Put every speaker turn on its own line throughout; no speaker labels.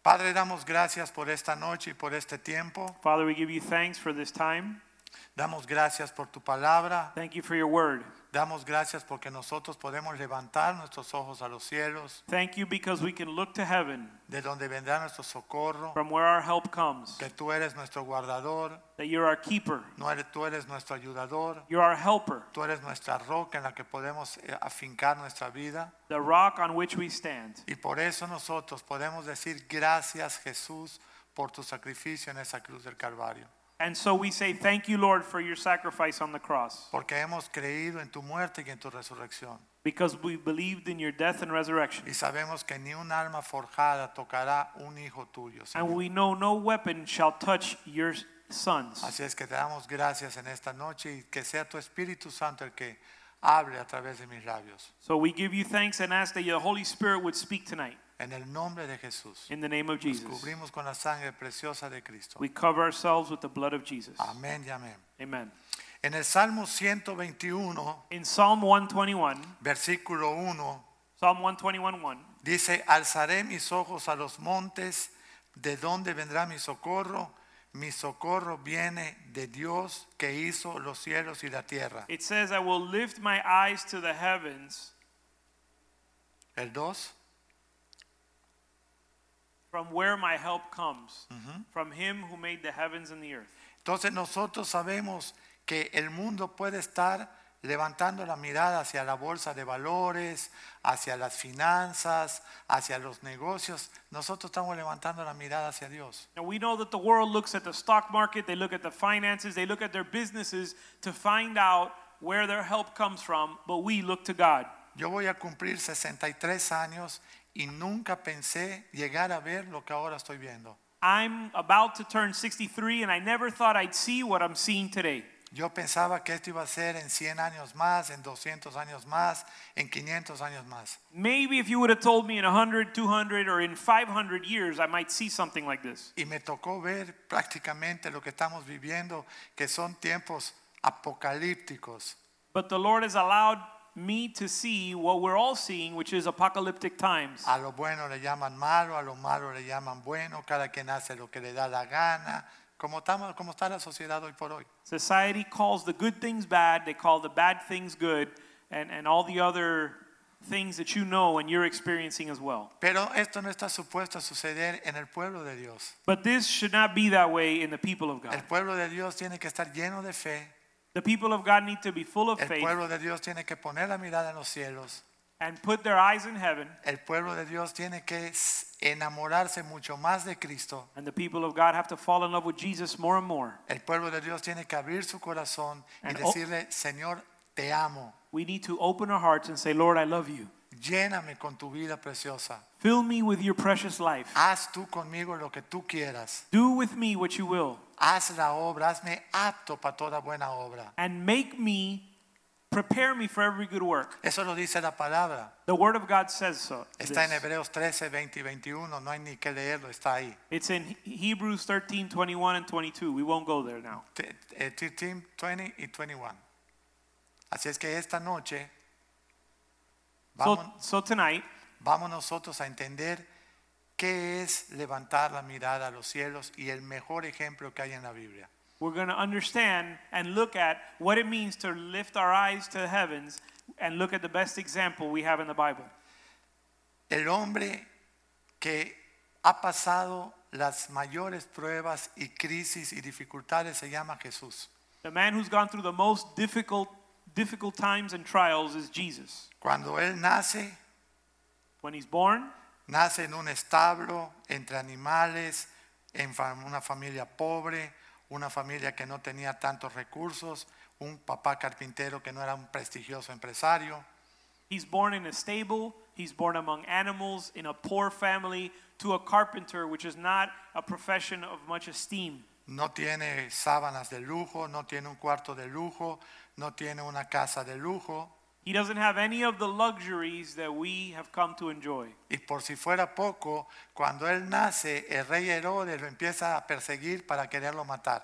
Padre, damos gracias por esta noche y por este tiempo.
Father, we give you thanks for this time.
Damos gracias por tu palabra.
Thank you for your word.
Damos gracias porque nosotros podemos levantar nuestros ojos a los cielos,
Thank you because we can look to heaven
de donde vendrá nuestro socorro,
from where our help comes.
que tú eres nuestro guardador,
That you're our keeper,
no eres- tú eres nuestro ayudador,
you're our helper,
tú eres nuestra roca en la que podemos eh, afincar nuestra vida.
the rock on which we stand.
Y por eso nosotros podemos decir gracias Jesús por tu sacrificio en esa cruz del Calvario,
And so we say, Thank you, Lord, for your sacrifice on the cross,
porque hemos creído en tu muerte y en tu resurrección.
because we believed in your death and resurrection.
Y sabemos que ni un alma forjada tocará un hijo tuyo. Señor.
And we know no weapon shall touch your sons.
Así es que te damos gracias en esta noche y que sea tu Espíritu Santo el que hable a través de mis labios.
So we give you thanks and ask that your Holy Spirit would speak tonight
En el nombre de Jesús.
in the name
Nos
of Jesus.
cubrimos con la sangre preciosa de Cristo.
We cover ourselves with the blood of Jesus.
Amén y amén.
Amen.
En el Salmo 121,
In Psalm 121,
versículo 1,
Psalm 121 1.
dice, alzaré mis ojos a los montes, ¿de dónde vendrá mi socorro? Mi socorro viene de Dios que hizo los cielos y la tierra.
It says, I will lift my eyes to the heavens,
El 2.
from where my help comes, from him who made the heavens and the earth.
Entonces nosotros sabemos que el mundo puede estar levantando la mirada hacia la bolsa de valores, hacia las finanzas, hacia los negocios. Nosotros estamos levantando la mirada hacia Dios.
Now we know that the world looks at the stock market, they look at the finances, they look at their businesses to find out where their help comes from, but we look to God.
Yo voy a cumplir 63 años y nunca pensé llegar a ver lo que ahora estoy viendo.
I'm about to turn 63, and I never thought I'd see what I'm seeing today.
Yo pensaba que esto iba a ser en 100 años más, en 200 años más, en 500 años más.
Maybe if you would have told me in 100, 200, or in 500 years, I might see something like this.
Y me tocó ver prácticamente lo que estamos viviendo, que son tiempos apocalípticos.
But the Lord has allowed me to see what we're all seeing, which is apocalyptic times.
A lo bueno le llaman malo, a lo malo le llaman bueno, cada quien hace lo que le da la gana, como, estamos, como está la sociedad hoy por hoy.
Society calls the good things bad, they call the bad things good, and, and all the other things that you know and you're experiencing as well.
Pero esto no está supuesto a suceder en el pueblo de Dios.
But this should not be that way in the people of God.
El pueblo de Dios tiene que estar lleno de fe,
The people of God need to be full of
el
faith
pueblo de Dios tiene que poner la mirada en los cielos,
and put their eyes in heaven,
el pueblo de Dios tiene que s- enamorarse mucho más de Cristo,
and the people of God have to fall in love with Jesus more and more.
el pueblo de Dios tiene que abrir su corazón y
And o-
decirle, Señor, te amo,
We need to open our hearts and say, Lord, I love you.
lléname con tu vida preciosa,
Fill me with your precious life.
haz tú conmigo lo que tú quieras.
Do with me what you will.
Haz la obra, hazme apto para toda buena obra.
and make me prepare me for every good work.
Eso lo dice la palabra.
The word of God says so.
Está en
this.
Hebreos 13, 20 y 21. No hay ni que leerlo, está ahí.
It's in He- Hebrews 13, 21 and 22. We won't go there now.
Te- eh, 13, 20 y 21. Así es que esta noche
So,
vamos,
so tonight,
vamos nosotros a entender qué es levantar la mirada a los cielos y el mejor ejemplo que hay en la Biblia.
we're going to understand and look at what it means to lift our eyes to the heavens and look at the best example we have in the Bible.
El hombre que ha pasado las mayores pruebas y crisis y dificultades se llama Jesús.
The man who's gone through the most difficult difficult times and trials is Jesus.
Cuando él nace,
When he's born,
nace en un establo, entre animales, en fa- una familia pobre, una familia que no tenía tantos recursos, un papá carpintero que no era un prestigioso empresario.
He's born in a stable, he's born among animals, in a poor family, to a carpenter, which is not a profession of much esteem.
no tiene sábanas de lujo, no tiene un cuarto de lujo, no tiene una casa de lujo.
He doesn't have any of the luxuries that we have come to enjoy.
Y por si fuera poco, cuando él nace, el rey Herodes lo empieza a perseguir para quererlo matar.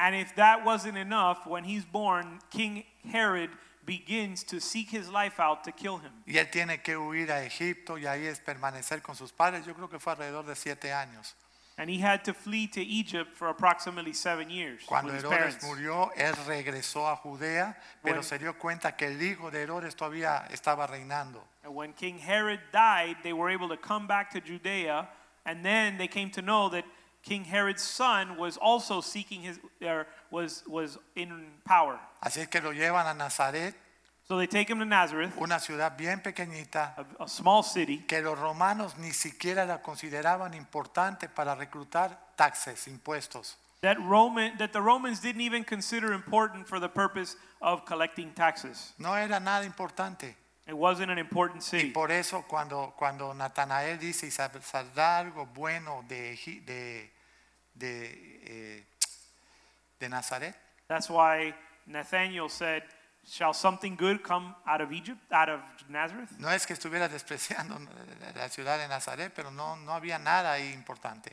And if that wasn't enough, when he's born, King Herod begins to seek his life out to kill him.
Y él tiene que huir a Egipto y ahí es permanecer con sus padres. Yo creo que fue alrededor de siete años.
And he had to flee to Egypt for approximately seven years
Cuando
with his
Herodes
parents.
murió, él regresó a Judea, pero
Bueno.
se dio cuenta que el hijo de Herodes todavía estaba reinando.
And when King Herod died, they were able to come back to Judea, and then they came to know that King Herod's son was also seeking his or was was in power.
Así es que lo llevan a Nazaret,
So they take him to Nazareth,
una ciudad bien pequeñita,
a, a small city,
que los romanos ni siquiera la consideraban importante para reclutar taxes, impuestos.
that Roman that the Romans didn't even consider important for the purpose of collecting taxes.
No era nada importante.
It wasn't an important
Y
city.
por eso cuando, cuando Natanael dice, y sal- saldrá algo bueno de, Egi- de, de, eh, de Nazaret,
That's why Nathaniel said, "Shall something good come out of Egypt, out of Nazareth?"
no es que estuviera despreciando la ciudad de Nazaret, pero no, no había nada ahí importante.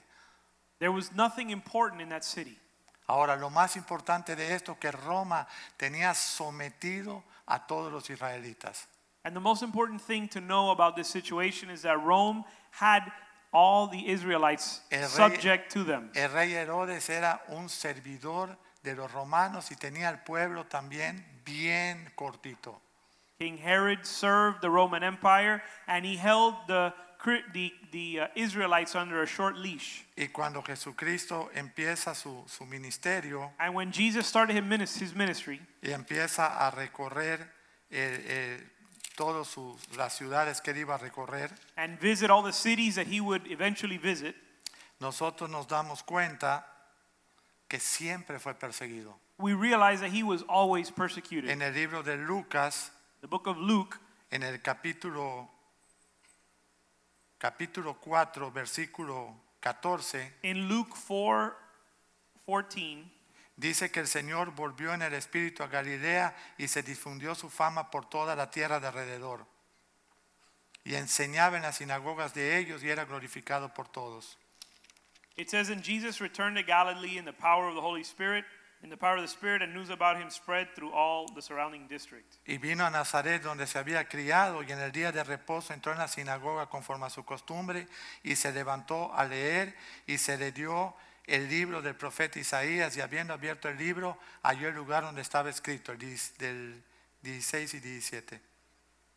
There was nothing important in that city.
Ahora, lo más importante de esto que Roma tenía sometido a todos los israelitas.
And the most important thing to know about this situation is that Rome had all the Israelites
El rey-
subject to them.
El rey Herodes era un servidor de los romanos y tenía al pueblo también bien cortito.
King Herod served the Roman Empire and he held the, Cri- the, the uh, Israelites under a short leash.
Y cuando Jesucristo empieza su, su ministerio
And when Jesus started his minis- his ministry,
y empieza a recorrer eh, todas las ciudades que él iba a recorrer,
and visit all the cities that he would eventually visit,
nosotros nos damos cuenta que siempre fue perseguido.
we realize that he was always persecuted.
En el libro de Lucas,
the book of Luke,
en el capítulo, capítulo 4, versículo 14,
in Luke 4 14,
Dice que el Señor volvió en el espíritu a Galilea y se difundió su fama por toda la tierra de alrededor. Y enseñaba en las sinagogas de ellos y era glorificado por todos.
It says, And Jesus returned to Galilee in the power of the Holy Spirit, in the power of the Spirit, and news about him spread through all the surrounding district.
Y vino a Nazaret donde se había criado y en el día de reposo entró en la sinagoga conforme a su costumbre y se levantó a leer y se le dio el libro del profeta Isaías y habiendo abierto el libro halló el lugar donde estaba escrito, el 10 del 16 y 17.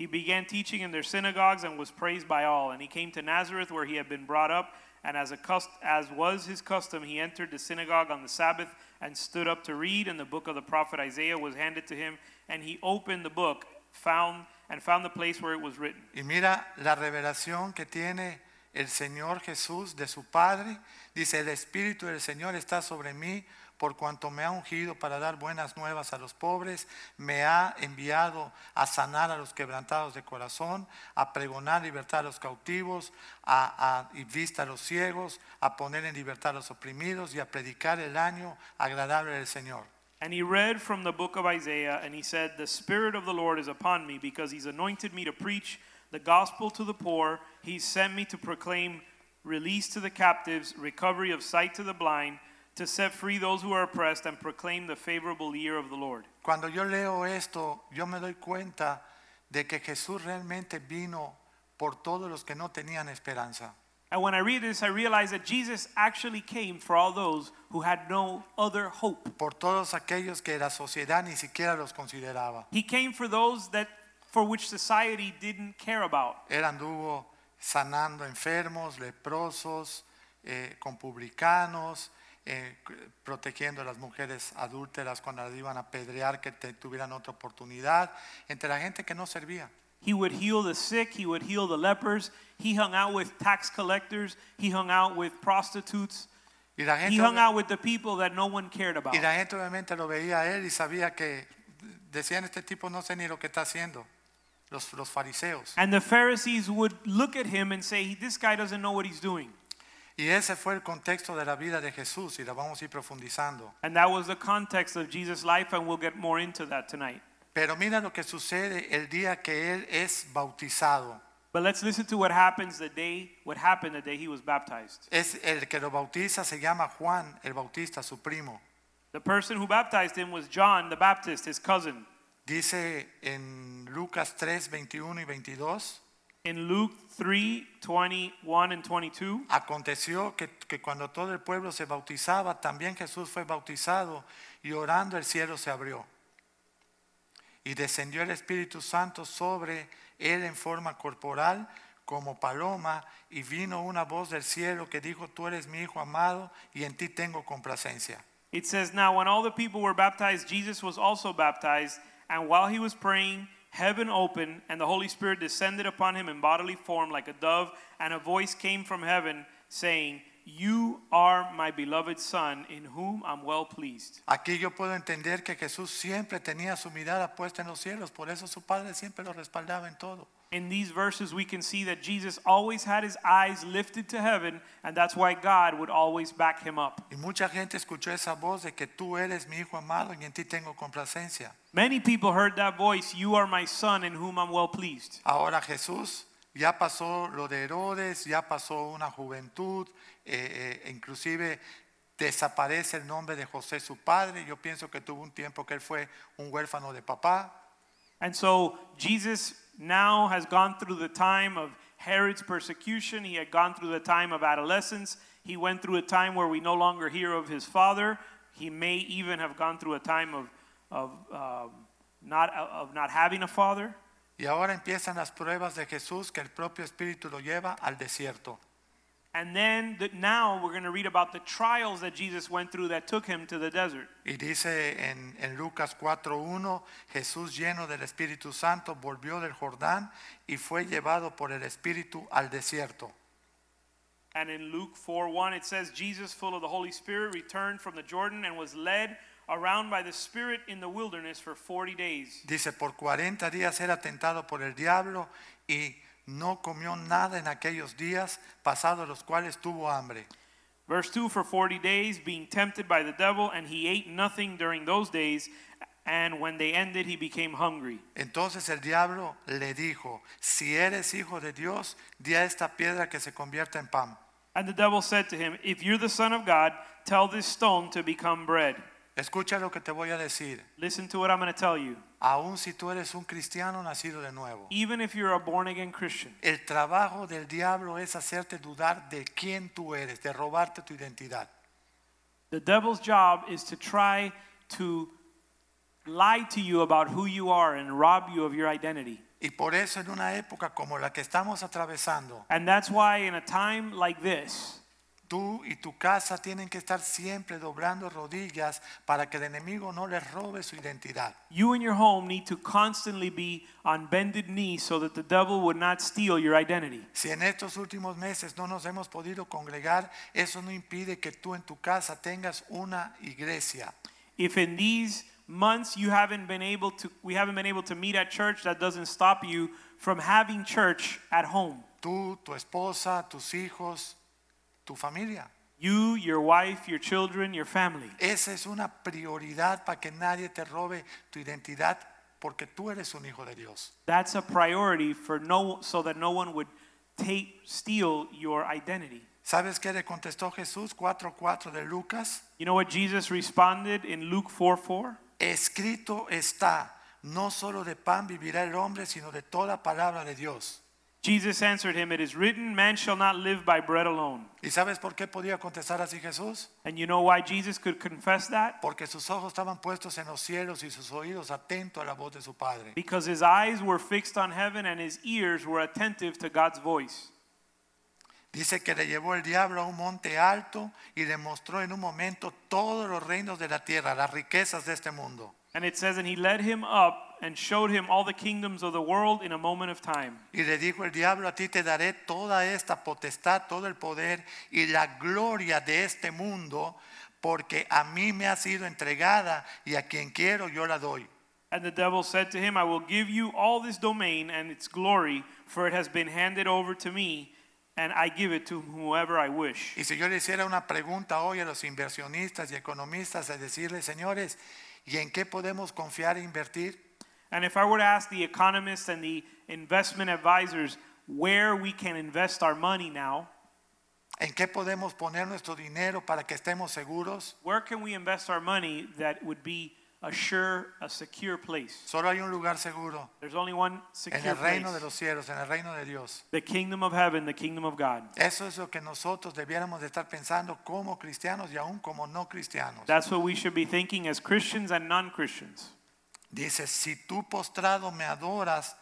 He began teaching in their synagogues and was praised by all. And he came to Nazareth, where he had been brought up, and as, a cust- as was his custom, he entered the synagogue on the Sabbath and stood up to read. And the book of the prophet Isaiah was handed to him, and he opened the book, found and found the place where it was written.
Y mira la revelación que tiene el Señor Jesús de su Padre. Dice, el Espíritu del Señor está sobre mí por cuanto me ha ungido para dar buenas nuevas a los pobres, me ha enviado a sanar a los quebrantados de corazón, a pregonar libertad a los cautivos, a, a- y vista a los ciegos, a poner en libertad a los oprimidos y a predicar el año agradable del Señor.
And he read from the book of Isaiah, and he said, The Spirit of the Lord is upon me, because he's anointed me to preach the gospel to the poor. He sent me to proclaim release to the captives, recovery of sight to the blind, to set free those who are oppressed, and proclaim the favorable year of the Lord.
Cuando yo leo esto, yo me doy cuenta de que Jesús realmente vino por todos los que no tenían esperanza.
And when I read this, I realize that Jesus actually came for all those who had no other hope.
por todos aquellos que la sociedad ni siquiera los consideraba.
He came for those that for which society didn't care about.
Él anduvo sanando enfermos, leprosos, eh, con publicanos, eh, c- protegiendo a las mujeres adúlteras cuando las iban a apedrear, que te- tuvieran otra oportunidad, entre la gente que no servía.
He would heal the sick. He would heal the lepers. He hung out with tax collectors. He hung out with prostitutes.
Y la
He
gente,
hung out with the people that no one cared about.
y la gente obviamente lo veía a él y sabía que decían, este tipo no sé ni lo que está haciendo, los, los fariseos.
And the Pharisees would look at him and say, "He- This guy doesn't know what he's doing.
Y Y ese fue el contexto de la vida de Jesús y la vamos a ir profundizando.
And that was the context of Jesus' life, and we'll get more into that tonight.
Pero mira lo que sucede el día que él es bautizado.
But let's listen to what happens the day what happened the day he was baptized.
Es el que lo bautiza se llama Juan el Bautista, su primo.
The person who baptized him was John the Baptist, his cousin.
Dice en Lucas 3, 21 y 22,
In Luke 3, 21 and 22,
aconteció que, que cuando todo el pueblo se bautizaba, también Jesús fue bautizado y orando el cielo se abrió. Y descendió el Espíritu Santo sobre él en forma corporal como paloma y vino una voz del cielo que dijo, tú eres mi hijo amado y en ti tengo complacencia.
it says, Now when all the people were baptized, Jesus was also baptized, and while he was praying, heaven opened, and the Holy Spirit descended upon him in bodily form like a dove, and a voice came from heaven saying, You are my beloved Son, in whom I'm well pleased.
Aquí yo puedo entender que Jesús siempre tenía su mirada puesta en los cielos, por eso su Padre siempre lo respaldaba en todo.
In these verses, we can see that Jesus always had his eyes lifted to heaven, and that's why God would always back him up.
Y mucha gente escuchó esa voz de que tú eres mi hijo amado y en ti tengo complacencia.
Many people heard that voice, You are my son in whom I'm well pleased.
Ahora Jesús ya pasó lo de Herodes, ya pasó una juventud, eh, eh, inclusive desaparece el nombre de José su padre. Yo pienso que tuvo un tiempo que él fue un huérfano de papá.
And so Jesus now has gone through the time of Herod's persecution, he had gone through the time of adolescence, he went through a time where we no longer hear of his father, he may even have gone through a time of, of, um, not, of not having a father.
Y ahora empiezan las pruebas de Jesús que el propio Espíritu lo lleva al desierto.
And then the, now we're going to read about the trials that Jesus went through that took him to the desert.
Y dice en, en Lucas 4.1, Jesús lleno del Espíritu Santo volvió del Jordán y fue llevado por el Espíritu al desierto.
And in Luke 4:1 it says Jesus full of the Holy Spirit returned from the Jordan and was led around by the Spirit in the wilderness for 40 days.
Dice, por 40 días era tentado por el diablo y no comió nada en aquellos días, pasados los cuales tuvo hambre.
Verse 2 for 40 days being tempted by the devil and he ate nothing during those days and when they ended he became hungry.
Entonces el diablo le dijo, si eres hijo de Dios, di a esta piedra que se convierta en pan.
And the devil said to him, "If you're the son of God, tell this stone to become bread."
Escucha lo que te voy a decir,
Listen to what I'm going to tell you.
aun si tú eres un cristiano nacido de nuevo.
Even if you're a born again Christian,
El trabajo del diablo es hacerte dudar de quién tú eres, de robarte tu identidad.
The devil's job is to try to lie to you about who you are and rob you of your identity.
Y por eso en una época como la que estamos atravesando,
And that's why, in a time like this,
tú y tu casa tienen que estar siempre doblando rodillas para que el enemigo no les robe su identidad.
you and your home need to constantly be on bended knee so that the devil would not steal your identity.
Si en estos últimos meses no nos hemos podido congregar, eso no impide que tú en tu casa tengas una iglesia.
If in these months you haven't been able to, we haven't been able to meet at church, that doesn't stop you from having church at home.
Tú, tu esposa, tus hijos, tu familia.
You, your wife, your children, your family.
Esa es una prioridad para que nadie te robe tu identidad porque tú eres un hijo de Dios.
That's a priority for no so that no one would take steal your identity.
¿Sabes qué le contestó Jesús 4.4 de Lucas?
You know what Jesus responded in Luke 4:4? 4, 4?
Escrito está, no solo de pan vivirá el hombre, sino de toda palabra de Dios.
Jesus answered him, "It is written, man shall not live by bread alone."
¿Y sabes por qué podía contestar así Jesús?
And you know why Jesus could confess that?
Porque sus ojos estaban puestos en los cielos y sus oídos atentos a la voz de su Padre.
Because his eyes were fixed on heaven and his ears were attentive to God's voice.
Dice que le llevó el diablo a un monte alto y le mostró en un momento todos los reinos de la tierra, las riquezas de este mundo.
And it says, "And he led him up and showed him all the kingdoms of the world in a moment of time."
Y le dijo el diablo, a ti te daré toda esta potestad, todo el poder y la gloria de este mundo, porque a mí me ha sido entregada y a quien quiero yo la doy.
And the devil said to him, I will give you all this domain and its glory, for it has been handed over to me, and I give it to whoever I wish.
Y si yo le hiciera una pregunta hoy a los inversionistas y economistas, a decirles, señores, ¿y en qué podemos confiar e invertir?
And if I were to ask the economists and the investment advisors where we can invest our money now,
¿En qué podemos poner nuestro dinero para que estemos seguros?
where can we invest our money that would be a sure, a secure place?
Solo hay un lugar seguro,
There's only one
en
secure
el
place
reino de los cielos, en el reino de Dios.
the kingdom of heaven, the kingdom of God.
Eso es lo que nosotros debiéramos de estar pensando como cristianos y aún como no cristianos.
That's what we should be thinking as Christians and non Christians.
Dice, si tú postrado me adoras,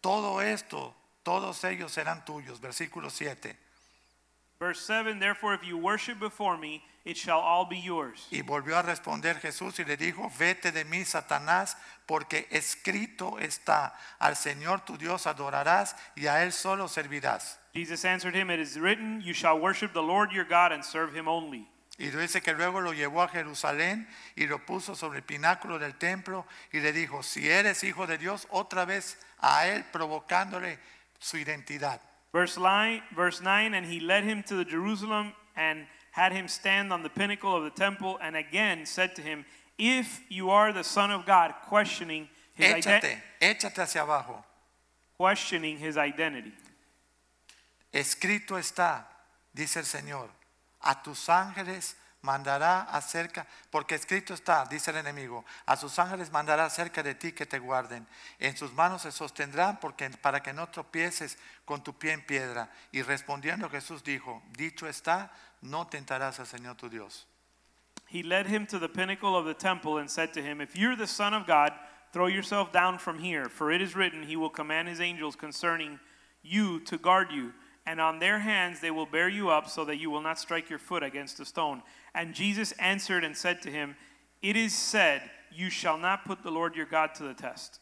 todo esto, todos ellos serán tuyos. Versículo 7.
Verse 7 Therefore, if you worship before me, it shall all be yours.
Y volvió a responder Jesús y le dijo, vete de mí, Satanás, porque escrito está, al Señor tu Dios adorarás y a Él solo servirás.
Jesus answered him, It is written, You shall worship the Lord your God and serve him only.
Y dice que luego lo llevó a Jerusalén y lo puso sobre el pináculo del templo y le dijo, si eres hijo de Dios, otra vez a Él provocándole su identidad.
Verse 9, verse 9 And he led him to the Jerusalem and had him stand on the pinnacle of the temple and again said to him, If you are the Son of God, questioning his, identi-
Échate, échate hacia abajo.
questioning his identity.
Escrito está, dice el Señor, a tus ángeles mandará acerca, porque escrito está, dice el enemigo, a sus ángeles mandará acerca de ti que te guarden. En sus manos se sostendrán porque, para que no tropieces con tu pie en piedra. Y respondiendo Jesús dijo, dicho está, no tentarás al Señor tu Dios.
He led him to the pinnacle of the temple and said to him, If you're the Son of God, throw yourself down from here, for it is written, He will command His angels concerning you to guard you, and on their hands they will bear you up, so that you will not strike your foot against a stone. And Jesus answered and said to him, It is said, You shall not put the Lord your God to the test.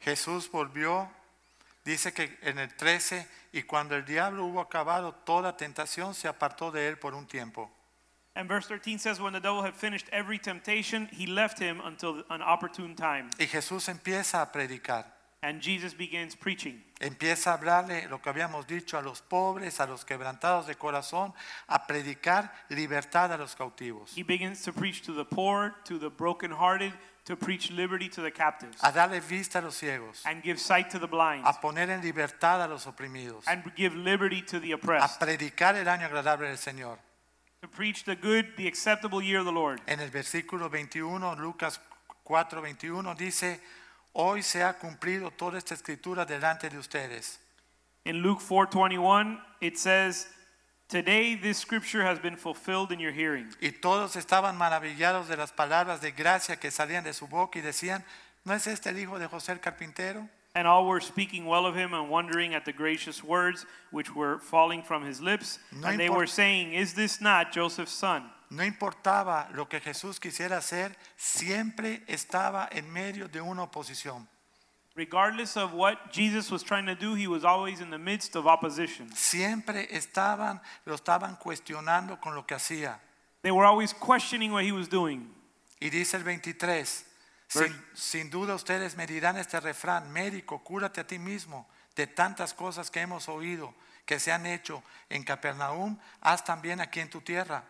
Jesús volvió, dice que en el 13, y cuando el diablo hubo acabado toda tentación, se apartó de él por un tiempo.
And verse 13 says, When the devil had finished every temptation, he left him until an opportune time.
Y Jesús empieza a predicar.
And Jesus begins preaching.
Empieza a hablarle lo que habíamos dicho a los pobres, a los quebrantados de corazón, a predicar libertad a los cautivos,
He begins to preach to the poor, to the brokenhearted, to preach liberty to the captives,
a darle vista a los ciegos,
and give sight to the blind,
a poner en libertad a los oprimidos,
and give liberty to the
a
oppressed,
predicar el año agradable del Señor.
to preach the good, the acceptable year of the Lord.
En el versículo 21, Lucas 4, 21 dice, hoy se ha cumplido toda esta escritura delante de ustedes.
In Luke 4:21, it says, "Today this scripture has been fulfilled in your hearing."
Y todos estaban maravillados de las palabras de gracia que salían de su boca y decían, ¿no es este el hijo de José el carpintero?
And all were speaking well of him and wondering at the gracious words which were falling from his lips,
No
and they
import-
were saying, "Is this not Joseph's son?"
No importaba lo que Jesús quisiera hacer, siempre estaba en medio de una oposición.
Regardless of what Jesus was trying to do, he was always in the midst of opposition.
Siempre estaban, lo estaban cuestionando con lo que hacía.
They were always questioning what he was doing.
Y dice el 23,
Vers-
sin, sin duda ustedes me dirán este refrán, médico, cúrate a ti mismo de tantas cosas que hemos oído que se han hecho en Capernaum, haz también aquí en tu tierra.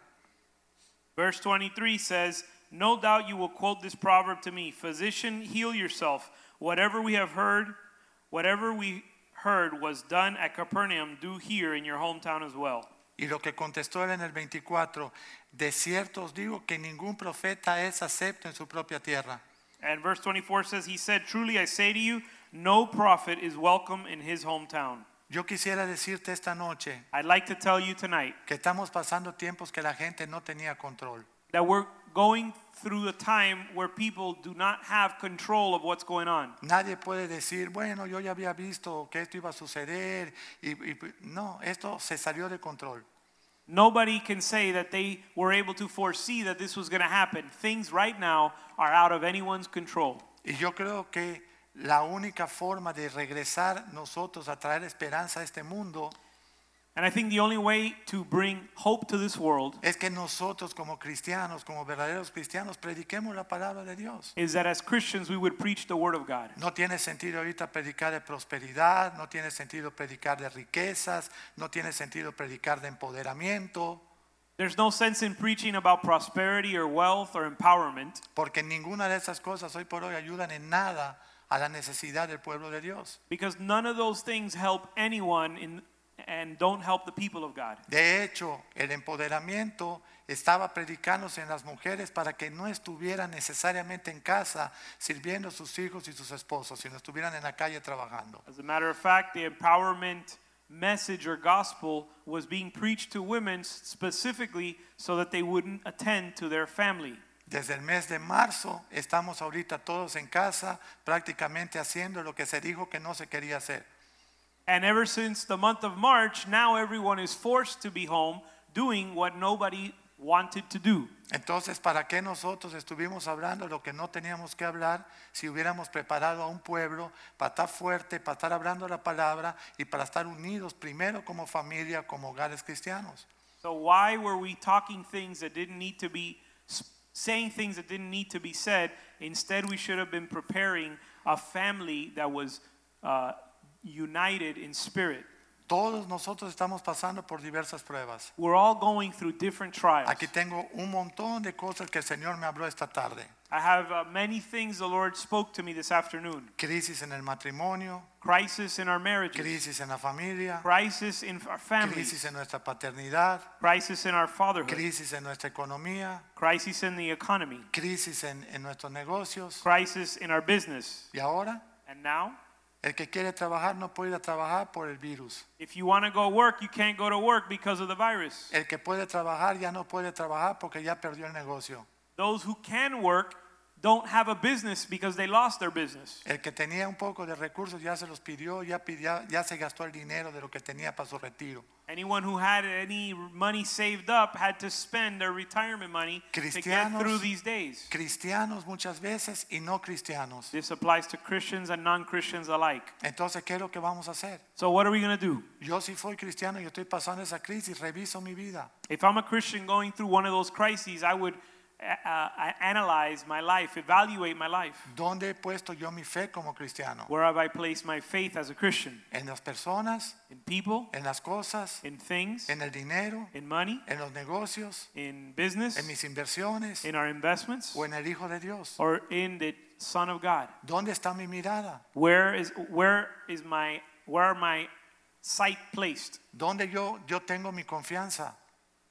Verse 23 says, No doubt you will quote this proverb to me Physician, heal yourself. Whatever we have heard, whatever we heard was done at Capernaum, do here in your hometown as well.
Y lo que contestó él en el 24, de cierto os digo que ningún profeta es acepto en su propia tierra.
And verse 24 says, He said, Truly I say to you, no prophet is welcome in his hometown.
Yo quisiera decirte esta noche
I'd like to tell you tonight
que estamos pasando tiempos que la gente no tenía control.
that we're going through a time where people do not have control of what's going on.
Nadie puede decir, bueno, yo ya había visto que esto iba a suceder. Y, y- no, esto se salió de control.
Nobody can say that they were able to foresee that this was going to happen. Things right now are out of anyone's control.
Y yo creo que la única forma de regresar nosotros a traer esperanza a este mundo
And I think the only way to bring hope to this world
es que nosotros como cristianos, como verdaderos cristianos, prediquemos la palabra de Dios.
is that as Christians we would preach the Word of God.
No tiene sentido ahorita predicar de prosperidad, no tiene sentido predicar de riquezas, no tiene sentido predicar de empoderamiento,
There's no sense in preaching about prosperity or wealth or empowerment
porque ninguna de esas cosas hoy por hoy ayudan en nada a la necesidad del pueblo de Dios.
because none of those things help anyone in, and don't help the people of God.
De hecho, el empoderamiento estaba predicándose en las mujeres para que no estuvieran necesariamente en casa sirviendo a sus hijos y sus esposos, sino estuvieran en la calle trabajando.
As a matter of fact, the empowerment message or gospel was being preached to women specifically so that they wouldn't attend to their family.
Desde el mes de marzo estamos ahorita todos en casa prácticamente haciendo lo que se dijo que no se quería hacer.
And ever since the month of March, now everyone is forced to be home doing what nobody wanted to do.
Entonces, ¿para qué nosotros estuvimos hablando lo que no teníamos que hablar si hubiéramos preparado a un pueblo para estar fuerte, para estar hablando la palabra y para estar unidos primero como familia, como hogares cristianos?
So why were we talking things that didn't need to be saying things that didn't need to be said? Instead, we should have been preparing a family that was uh, united in spirit.
Todos nosotros estamos pasando por diversas pruebas.
We're all going through different trials.
Aquí tengo un montón de cosas que el Señor me habló esta tarde.
I have uh, many things the Lord spoke to me this afternoon.
Crisis en el matrimonio,
Crisis in our marriages.
crisis en la familia,
Crisis in our families.
crisis en nuestra paternidad,
Crisis in our fatherhood.
crisis en nuestra economía,
Crisis in the economy.
crisis en, en nuestros negocios.
Crisis in our business.
Y ahora,
And now,
el que quiere trabajar no puede ir a trabajar por el virus.
if you want to go work, you can't go to work because of the virus.
El que puede trabajar ya no puede trabajar porque ya perdió el negocio.
Those who can work don't have a business because they lost their business.
El que tenía un poco de recursos ya se los pidió, ya, pidió, ya se gastó el dinero de lo que tenía para su retiro.
Anyone who had any money saved up had to spend their retirement money to get
Cristianos-
through these days.
cristianos muchas veces y no cristianos.
This applies to Christians and non Christians alike.
Entonces, ¿qué es lo que vamos a hacer?
So, what are we going to do?
Yo si soy cristiano y estoy pasando esa crisis, reviso mi vida.
If I'm a Christian going through one of those crises, I would uh, uh, analyze my life, evaluate my life.
¿Dónde he puesto yo mi fe como cristiano?
Where have I placed my faith as a Christian?
¿En las personas?
In people,
¿En las cosas?
in things,
¿En el dinero?
in money,
¿En los negocios?
in business,
¿En mis inversiones?
in our investments,
¿O en el Hijo de Dios?
or in the Son of God?
¿Dónde está mi mirada?
Where is where is my where are my sight placed?
¿Dónde yo, yo tengo mi confianza?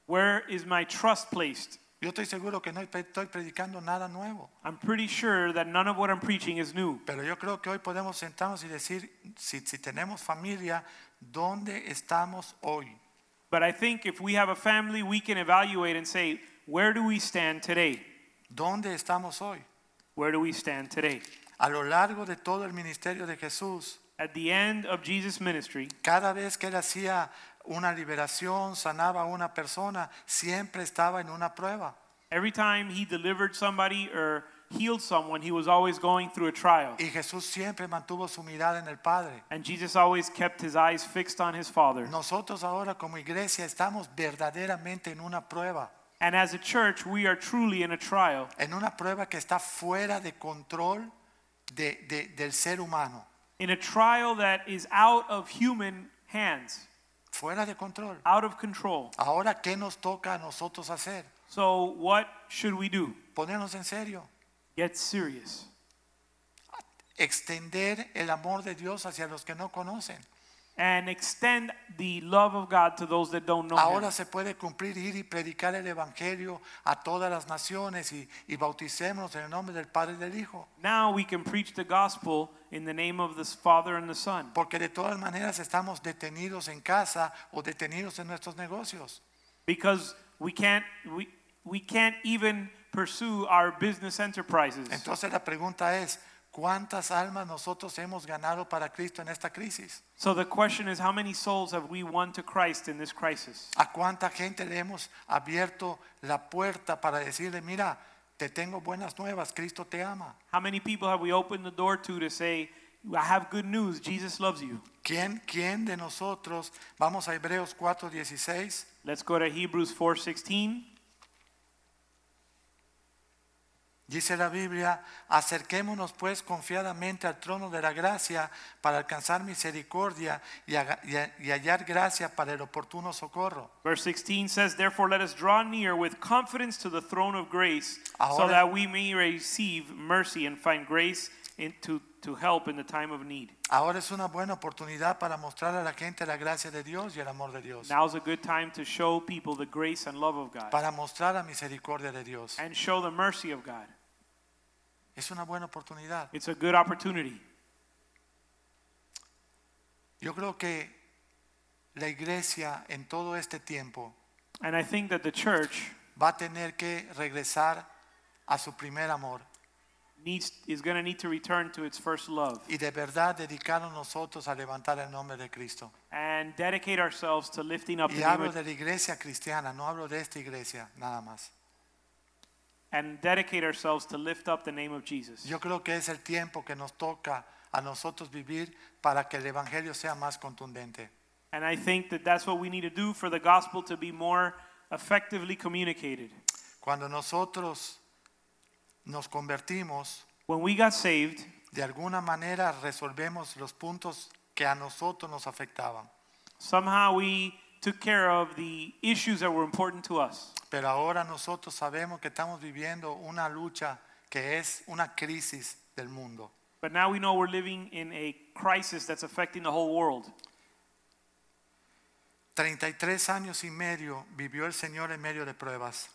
Where is my trust placed?
Yo estoy seguro que no estoy predicando nada nuevo,
I'm pretty sure that none of what I'm preaching is new.
pero yo creo que hoy podemos sentarnos y decir, si, si tenemos familia, ¿dónde estamos hoy?
But I think if we have a family, we can evaluate and say, where do we stand today?
¿Dónde estamos hoy?
Where do we stand today?
A lo largo de todo el ministerio de Jesús,
At the end of Jesus' ministry,
cada vez que él hacía una liberación, sanaba a una persona, siempre estaba en una prueba.
every time he delivered somebody or healed someone, he was always going through a trial.
Y Jesús siempre mantuvo su mirada en el Padre.
And Jesus always kept his eyes fixed on his Father.
Nosotros ahora como iglesia estamos verdaderamente en una prueba,
And as a church, we are truly in a trial.
en una prueba que está fuera de control de- de- del ser humano,
in a trial that is out of human hands,
fuera de control.
out of control.
Ahora, ¿qué nos toca a nosotros hacer?
So, what should we do?
Ponernos en serio,
Get serious.
extender el amor de Dios hacia los que no conocen.
And extend the love of God to those that don't know
Ahora
Him.
se puede cumplir ir y predicar el Evangelio a todas las naciones y, y bauticémonos en el nombre del Padre y del Hijo.
Now we can preach the gospel in the name of the Father and the Son.
Porque de todas maneras estamos detenidos en casa o detenidos en nuestros negocios.
Because we can't, we, we can't even pursue our business enterprises.
Entonces la pregunta es, ¿cuántas almas nosotros hemos ganado para Cristo en esta crisis?
So the question is, how many souls have we won to Christ in this crisis?
¿A cuánta gente le hemos abierto la puerta para decirle, mira, te tengo buenas nuevas, Cristo te ama?
How many people have we opened the door to to say, I have good news. Jesus loves you.
¿Quién, quién de nosotros, vamos a Hebreos 4:16,
Let's go to Hebrews 4:16.
dice la Biblia, acerquémonos pues confiadamente al trono de la gracia para alcanzar misericordia y, haga- y ha- y hallar gracia para el oportuno socorro.
Verse 16 says, Therefore let us draw near with confidence to the throne of grace, so
Ahora-
that we may receive mercy and find grace in, to, to help in the time of need.
Ahora es una buena oportunidad para mostrar a la gente la gracia de Dios y el amor de Dios,
Now's a good time to show people the grace and love of God
para mostrar la misericordia de Dios.
and show the mercy of God.
Es una buena oportunidad.
It's a good opportunity.
Yo creo que la iglesia en todo este tiempo
And I think that the church
va a tener que regresar a su primer amor
needs, is going to need to return to its first love
y de verdad dedicarnos nosotros a levantar el nombre de Cristo.
and dedicate ourselves to lifting up the
Y
name
hablo
of,
de la iglesia cristiana, no hablo de esta iglesia nada más.
and dedicate ourselves to lift up the name of Jesus.
Yo creo que es el tiempo que nos toca a nosotros vivir para que el Evangelio sea más contundente.
And I think that that's what we need to do for the gospel to be more effectively communicated.
Cuando nosotros nos convertimos,
When we got saved,
de alguna manera resolvemos los puntos que a nosotros nos afectaban.
somehow we took care of the issues that were important to us.
Pero ahora nosotros sabemos que estamos viviendo una lucha que es una crisis del mundo.
But now we know we're living in a crisis that's affecting the whole world.
33 años y medio vivió el Señor en medio de pruebas.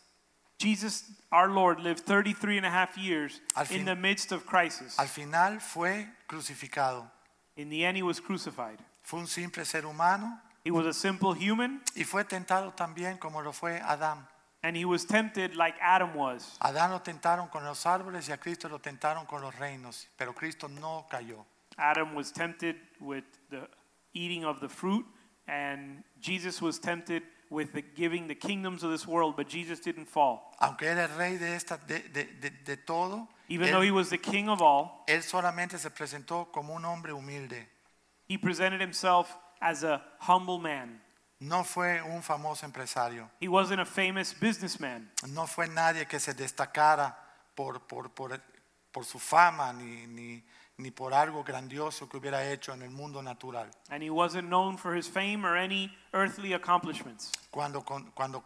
Jesus, our Lord, lived 33 and a half years
Al fin-
in the midst of crisis.
Al final fue crucificado.
In the end, he was crucified.
Fue un simple ser humano
He was a simple human,
y fue tentado también como lo fue Adán.
and he was tempted like Adam was.
Adán lo tentaron con los árboles y a Cristo lo tentaron con los reinos, pero Cristo no cayó.
Adam was tempted with the eating of the fruit, and Jesus was tempted with the giving the kingdoms of this world, but Jesus didn't fall.
Aunque era el rey de, esta, de, de- de- de todo,
Even though he
él,
was the king of all,
él solamente se presentó como un hombre humilde.
he presented himself as a humble man.
No fue un famoso empresario.
He wasn't a famous businessman.
no fue nadie que se destacara por, por, por- por su fama ni, ni- ni por algo grandioso que hubiera hecho en el mundo natural.
And he wasn't known for his fame or any earthly accomplishments.
Cuando, con- cuando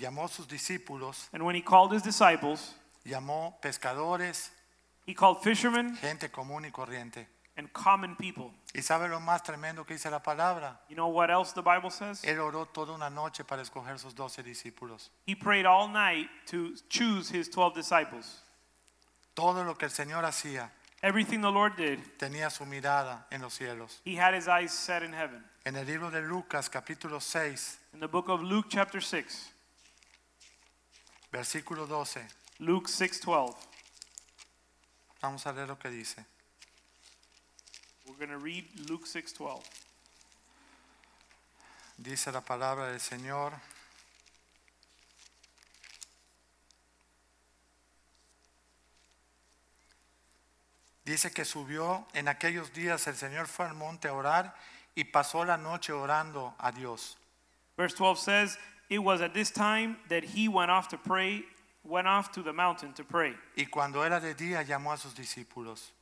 llamó a sus discípulos,
And when he called his disciples,
llamó pescadores,
he called fishermen
gente común y corriente.
and common people.
¿Y sabe lo más tremendo que dice la palabra?
You know what else the Bible says?
Él oró toda una noche para escoger sus doce discípulos.
He prayed all night to choose his 12 disciples.
Todo lo que el Señor hacía
Everything the Lord did,
tenía su mirada en los cielos.
he had his eyes set in heaven.
En el libro de Lucas capítulo 6,
In the book of Luke chapter 6,
versículo 12,
Luke 6:12,
vamos a leer lo que dice.
we're going to read Luke 6:12.
Dice la palabra del Señor. Dice que subió en aquellos días el Señor fue al monte a orar y pasó la noche orando a Dios.
Verse 12 says, "It was at this time that he went off to pray, went off to the mountain to pray,
Y cuando era de día llamó a sus discípulos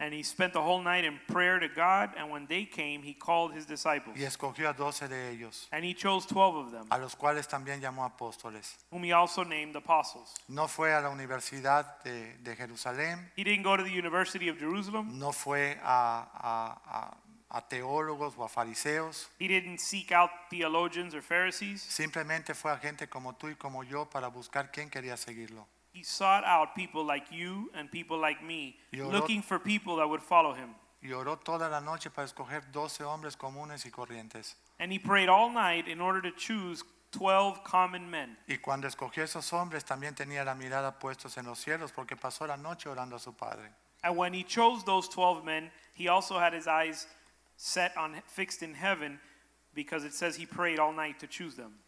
and he spent the whole night in prayer to God, and when day came, he called his disciples,
y escogió a doce de ellos,
and he chose 12 of them,
a los cuales también llamó apóstoles.
whom he also named apostles."
No fue a la Universidad de, de Jerusalén,
He didn't go to the University of Jerusalem.
no fue a- a- a- a teólogos o a fariseos,
He didn't seek out theologians or Pharisees.
Simplemente fue a gente como tú y como yo para buscar quién quería seguirlo.
He sought out people like you and people like me,
Y oró-
looking for people that would follow him.
Y oró toda la noche para escoger 12 hombres comunes y corrientes.
And he prayed all night in order to choose 12 common men.
Y cuando escogió esos hombres también tenía la mirada puestos en los cielos porque pasó la noche orando a su padre.
And when he chose those 12 men, he also had his eyes set on fixed in heaven because it says he prayed all night to choose them.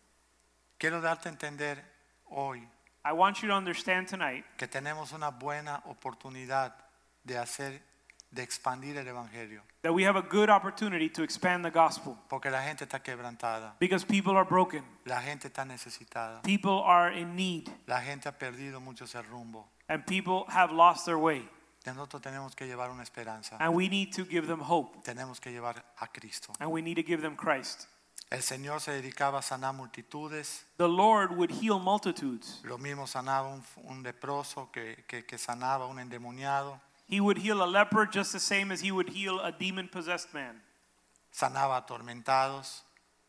Quiero darte a entender hoy
I want you to understand tonight
que tenemos una buena oportunidad de hacer de expandir el Evangelio,
that we have a good opportunity to expand the gospel
porque la gente está quebrantada,
because people are broken,
la gente está necesitada,
people are in need,
la gente ha perdido mucho ese rumbo.
and people have lost their way.
Nosotros tenemos que llevar una esperanza,
And we need to give them hope,
tenemos que llevar a Cristo.
and we need to give them Christ.
El Señor se dedicaba a sanar multitudes,
The Lord would heal multitudes.
lo mismo sanaba un, un leproso que, que- que sanaba un endemoniado,
He would heal a leper just the same as he would heal a demon possessed man.
sanaba atormentados.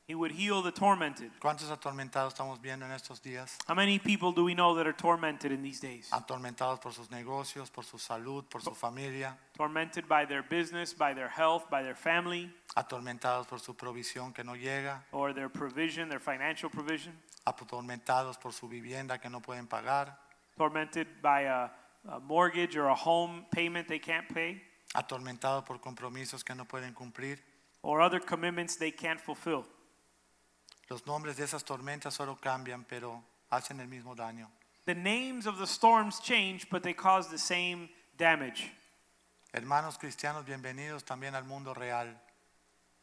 He would heal the tormented.
¿Cuántos atormentados estamos viendo en estos días?
How many people do we know that are tormented in these days?
Atormentados por sus negocios, por su salud, por su familia,
Tormented by their business, by their health, by their family,
atormentados por su provisión que no llega,
or their provision, their financial provision.
atormentados por su vivienda que no pueden pagar,
Tormented by a, a mortgage or a home payment they can't pay,
atormentados por compromisos que no pueden cumplir.
or other commitments they can't fulfill.
Los nombres de esas tormentas solo cambian, pero hacen el mismo daño.
The names of the storms change, but they cause the same damage.
Hermanos cristianos, bienvenidos también al mundo real,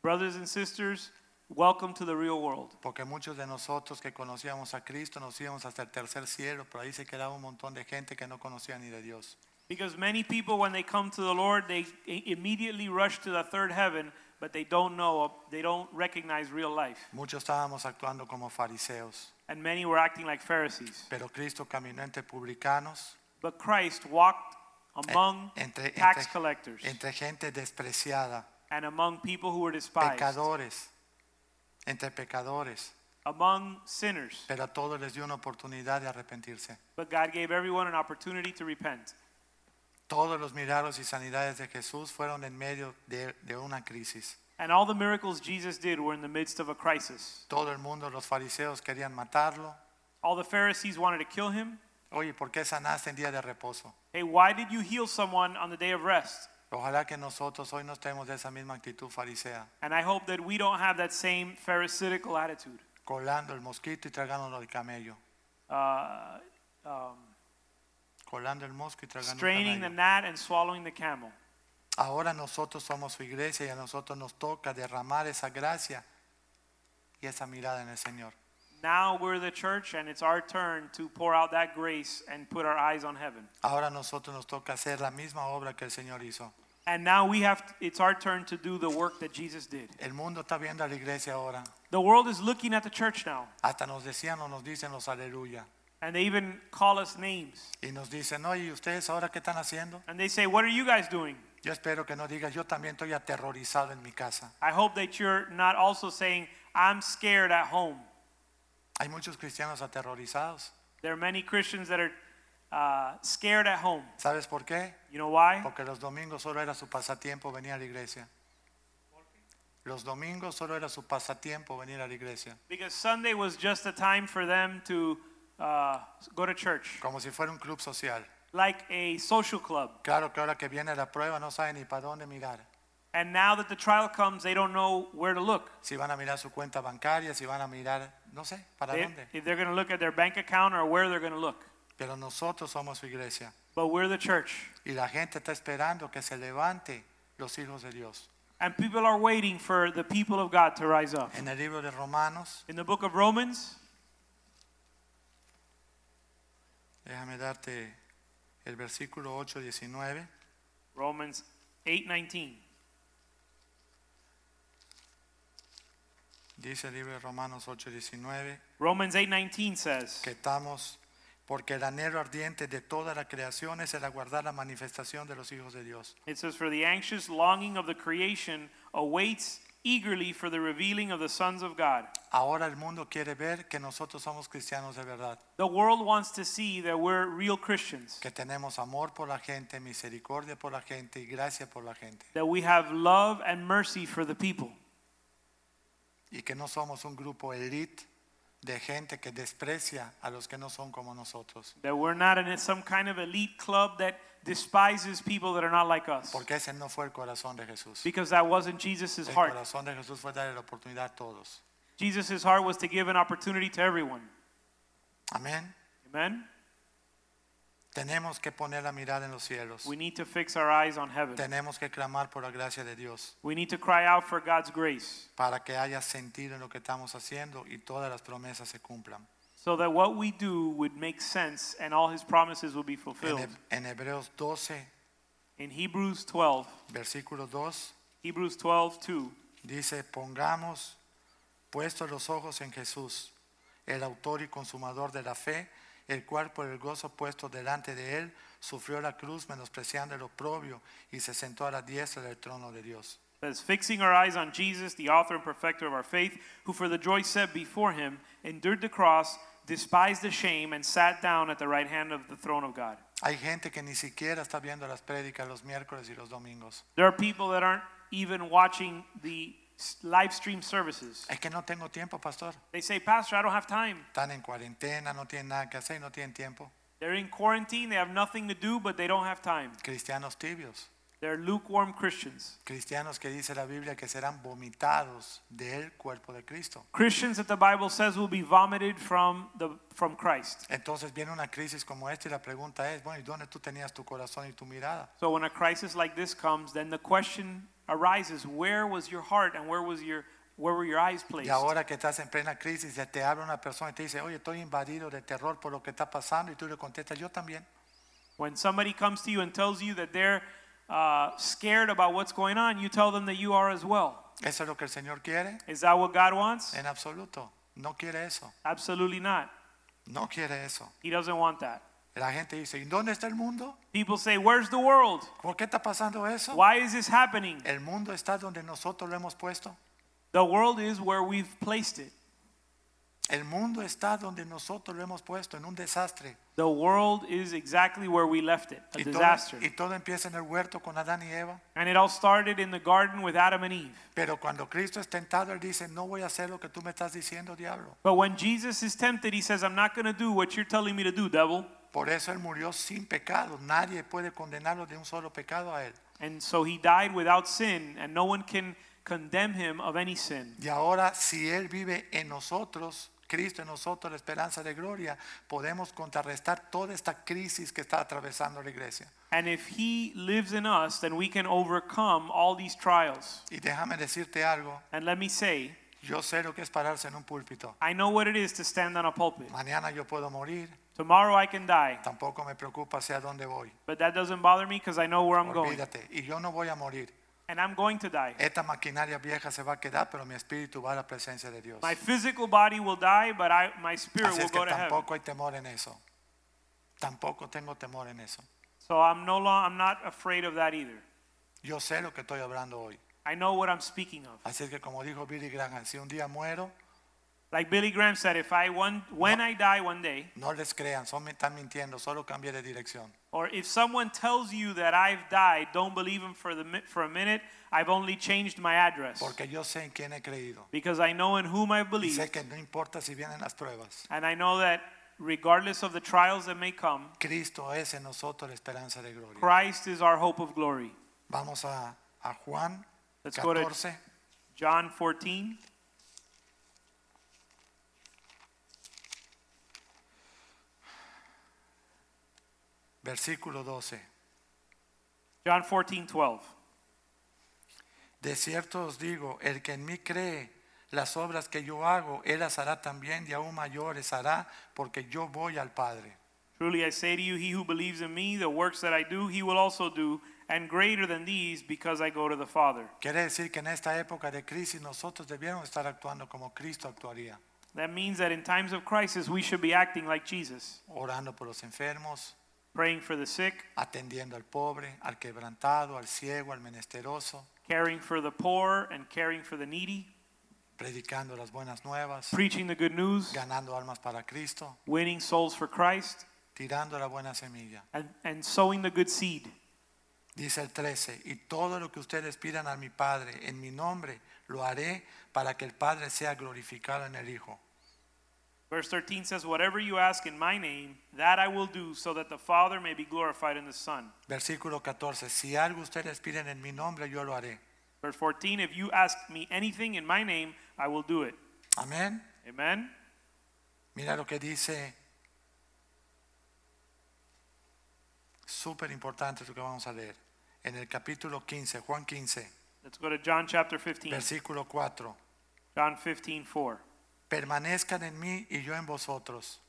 Brothers and sisters, welcome to the real world.
porque muchos de nosotros que conocíamos a Cristo nos íbamos hasta el tercer cielo, pero ahí se quedaba un montón de gente que no conocía ni de Dios.
Because many people, when they come to the Lord, they i- immediately rush to the third heaven, but they don't know, they don't recognize real life.
Muchos estábamos actuando como fariseos,
And many were acting like Pharisees.
pero Cristo caminó entre publicanos,
But Christ walked among
entre,
tax
Eh, entre-
collectors
entre gente despreciada,
and among people who were despised,
pecadores, entre pecadores,
among sinners.
pero a todos les dio una oportunidad de arrepentirse.
But God gave everyone an opportunity to repent.
Todos los milagros y sanidades de Jesús fueron en medio de, de una crisis.
And all the miracles Jesus did were in the midst of a crisis.
Todo el mundo, los fariseos querían matarlo.
All the Pharisees wanted to kill him.
Oye, ¿por qué sanaste en día de reposo?
Hey, why did you heal someone on the day of rest?
Ojalá que nosotros hoy no estemos de esa misma actitud farisea,
And I hope that we don't have that same Pharisaical attitude,
colando el mosquito y tragándolo al camello,
uh, um,
colando el mosco y tragando el
straining the
camello.
gnat and swallowing the camel.
Ahora nosotros somos su iglesia y a nosotros nos toca derramar esa gracia y esa mirada en el Señor.
Now we're the church, and it's our turn to pour out that grace and put our eyes on heaven.
Ahora a nosotros nos toca hacer la misma obra que el Señor hizo.
And now we have. it's our turn to do the work that Jesus did.
El mundo está viendo a la iglesia ahora.
The world is looking at the church now,
Hasta nos decían o nos dicen los aleluya.
and they even call us names.
Y nos dicen, oye, ¿y ustedes ahora qué están haciendo?
And they say, "What are you guys doing?"
Yo espero que no digas, yo también estoy aterrorizado en mi casa.
I hope that you're not also saying, "I'm scared at home."
Hay muchos cristianos aterrorizados.
There are many Christians that are uh, scared at home.
¿Sabes por qué?
You know why?
Porque los domingos solo era su pasatiempo venir a la iglesia. Los domingos solo era su pasatiempo venir a la iglesia.
Because Sunday was just a time for them to uh, go to church,
Como si fuera un club social.
like a social club.
Claro que ahora que viene la prueba no saben ni para dónde mirar.
And now that the trial comes, they don't know where to look.
Si van a mirar su cuenta bancaria, si van a mirar, no sé, para
They-
dónde.
if they're going to look at their bank account or where they're going to look.
Pero nosotros somos su iglesia.
But we're the church.
Y la gente está esperando que se levante los hijos de Dios.
And people are waiting for the people of God to rise up.
En el libro de Romanos,
In the book of Romans,
déjame darte el versículo 8, 19.
Romans 8:19.
Dice el libro de Romanos 8, 19
Romans 8:19 says,
que estamos, porque el anhelo ardiente de toda la creación es el aguardar la manifestación de los hijos de Dios.
It says, For the anxious longing of the creation awaits eagerly for the revealing of the sons of God.
Ahora el mundo quiere ver que nosotros somos cristianos de verdad,
The world wants to see that we're real Christians,
que tenemos amor por la gente, misericordia por la gente y gracia por la gente.
that we have love and mercy for the people,
Y que no somos un grupo elite de gente que desprecia a los que no son como nosotros.
that we're not in some kind of elite club that despises people that are not like us.
Porque ese no fue el corazón de Jesús.
Because that wasn't Jesus'
El
heart.
corazón de Jesús fue darle la oportunidad a todos.
Jesus' heart was to give an opportunity to everyone.
Amén.
Amen?
Tenemos que poner la mirada en los cielos.
We need to fix our eyes on heaven.
Tenemos que clamar por la gracia de Dios
We need to cry out for God's grace
para que haya sentido en lo que estamos haciendo y todas las promesas se cumplan.
so that what we do would make sense and all his promises will be
En,
fulfilled.
Heb- en Hebreos 12,
In Hebrews 12,
versículo 2,
Hebrews 12, 2,
dice, pongamos puestos los ojos en Jesús, el autor y consumador de la fe, el cual por el gozo puesto delante de él sufrió la cruz menospreciando el oprobio y se sentó a la diestra del trono de Dios.
says, Fixing our eyes on Jesus, the author and perfecter of our faith, who for the joy set before him endured the cross, despised the shame, and sat down at the right hand of the throne of God.
Hay gente que ni siquiera está viendo las prédicas los miércoles y los domingos.
There are people that aren't even watching the s- live stream services.
Es que no tengo tiempo, pastor.
They say, Pastor, I don't have time.
Están en cuarentena, no tienen nada que hacer y no tienen tiempo.
They're in quarantine, they have nothing to do, but they don't have time.
Cristianos tibios.
They're lukewarm Christians.
Cristianos que dice la Biblia que serán vomitados del cuerpo de Cristo.
Christians that the Bible says will be vomited from, the, from Christ.
Entonces viene una crisis como esta y la pregunta es, bueno, ¿y dónde tú tenías tu corazón y tu mirada?
So when a crisis like this comes, then the question arises, where was your heart and where was your where were your eyes
Y
placed?
ahora que estás en plena crisis, ya te habla una persona y te dice, oye, estoy invadido de terror por lo que está pasando y tú le contestas, yo también.
When somebody comes to you and tells you that they're uh, scared about what's going on, you tell them that you are as well.
¿Eso es lo que el Señor quiere?
Is that what God wants?
En absoluto. No quiere eso.
Absolutely not.
No quiere eso.
He doesn't want that.
La gente dice, ¿y dónde está el mundo?
People say, "Where's the world?
¿Por qué está pasando eso?
Why is this happening?"
El mundo está donde nosotros lo hemos puesto.
The world is where we've placed it.
El mundo está donde nosotros lo hemos puesto, en un desastre.
The world is exactly where we left it, a
Y todo-
disaster.
y todo empieza en el huerto con Adán y Eva.
And it all started in the garden with Adam and Eve.
Pero cuando Cristo es tentado, Él dice, no voy a hacer lo que tú me estás diciendo, diablo.
But when Jesus is tempted, he says, I'm not going to do what you're telling me to do, devil.
Por eso Él murió sin pecado. Nadie puede condenarlo de un solo pecado a Él.
And so he died without sin, and no one can condemn him of any sin.
Y ahora, si Él vive en nosotros, Cristo en nosotros, la esperanza de gloria, podemos contrarrestar toda esta crisis que está atravesando la iglesia.
And if he lives in us, then we can overcome all these trials.
Y déjame decirte algo.
And let me say,
Yo sé lo que es pararse en un púlpito.
I know what it is to stand on a pulpit.
Mañana yo puedo morir.
Tomorrow I can die,
Tampoco me preocupa hacia dónde voy.
but that doesn't bother me because I know where I'm going.
Olvídate. Y yo no voy a morir.
And I'm going to die.
Esta maquinaria vieja se va a quedar, pero mi espíritu va a la presencia de Dios.
My physical body will die, but I, my spirit
Así
will
es que
go to heaven.
tampoco hay temor en eso. Tampoco tengo temor en eso.
So I'm no long, I'm not afraid of that either.
Yo sé lo que estoy hablando hoy.
I know what I'm speaking of.
Así es que como dijo Billy Graham, si un día muero,
Like Billy Graham said, if I one, when I die one day,
no les crean, son, están mintiendo, solo cambié de dirección.
or if someone tells you that I've died, don't believe him for the mi- for a minute. I've only changed my address
Porque yo sé en quién he creído.
because I know in whom I
Y
believe,
sé que no importa si vienen las pruebas.
and I know that regardless of the trials that may come,
Cristo es en nosotros la esperanza de gloria.
Christ is our hope of glory.
Vamos a, a Juan
Let's go to
14.
John 14.
Versículo 12.
John 14, 12.
De cierto os digo, el que en mí cree, las obras que yo hago, él las hará también y aún mayores hará, porque yo voy al Padre.
Truly I say to you, he who believes in me, the works that I do, he will also do, and greater than these, because I go to the Father.
Quiere decir que en esta época de crisis nosotros debieron estar actuando como Cristo actuaría,
That means that in times of crisis, we should be acting like Jesus,
orando por los enfermos,
praying for the sick,
atendiendo al pobre, al quebrantado, al ciego, al menesteroso,
caring for the poor and caring for the needy,
predicando las buenas nuevas,
preaching the good news,
ganando almas para Cristo,
winning souls for Christ,
tirando la buena semilla.
and, and sowing the good seed.
Dice el 13, y todo lo que ustedes pidan a mi Padre en mi nombre, lo haré para que el Padre sea glorificado en el Hijo.
Verse 13 says, Whatever you ask in my name, that I will do, so that the Father may be glorified in the Son.
Versículo 14, si algo ustedes piden en mi nombre, yo lo haré.
Verse 14, If you ask me anything in my name, I will do it.
Amén.
Amen.
Mira lo que dice Súper importante lo que vamos a leer. En el capítulo 15, Juan 15,
Let's go to John chapter 15.
versículo 4.
John 15, 4.
Permanezcan en mí y yo en vosotros.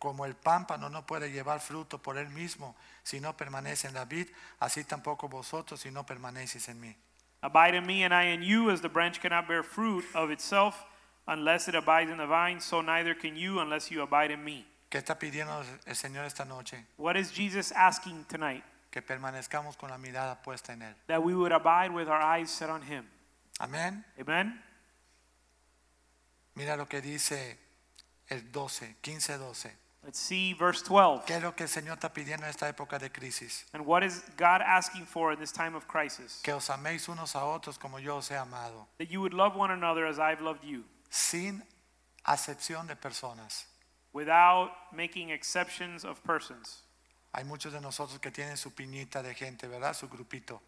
Como el pámpano no puede llevar fruto por él mismo si no permanece en la vid, así tampoco vosotros si no permanecéis en mí.
Abide in me, and I in you, as the branch cannot bear fruit of itself unless it abides in the vine, so neither can you unless you abide in me.
¿Qué está pidiendo el Señor esta noche?
What is Jesus asking tonight?
Que permanezcamos con la mirada puesta en Él.
That we would abide with our eyes set on him.
Amén.
Amen?
Mira lo que dice el 12, 15, 12.
Let's see verse 12.
¿Qué es lo que el Señor está pidiendo en esta época de crisis?
And what is God asking for in this time of crisis?
Que os améis unos a otros como yo os he amado,
That you would love one another as I've loved you,
sin acepción de personas.
without making exceptions of persons.
Hay muchos de nosotros que tienen su piñita de gente, ¿verdad? Su grupito.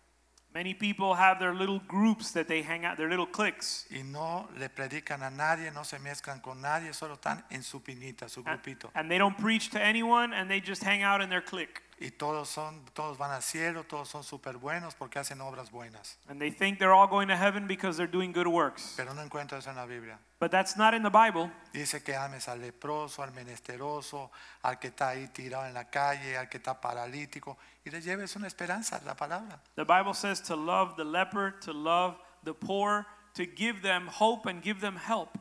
Many people have their little groups that they hang out, their little cliques,
Y no le predican a nadie, no se mezclan con nadie, solo están en su piñita, su
and,
grupito.
and they don't preach to anyone, and they just hang out in their clique.
Y todos, son, todos van al cielo, todos son súper buenos porque hacen obras buenas.
And they think they're all going to heaven because they're doing good works.
Pero no encuentro eso en la Biblia.
But that's not in the Bible.
Dice que ames al leproso, al menesteroso, al que está ahí tirado en la calle, al que está paralítico, y le lleves una esperanza, la palabra.
The Bible says to love the leper, to love the poor, to give them hope and give them help.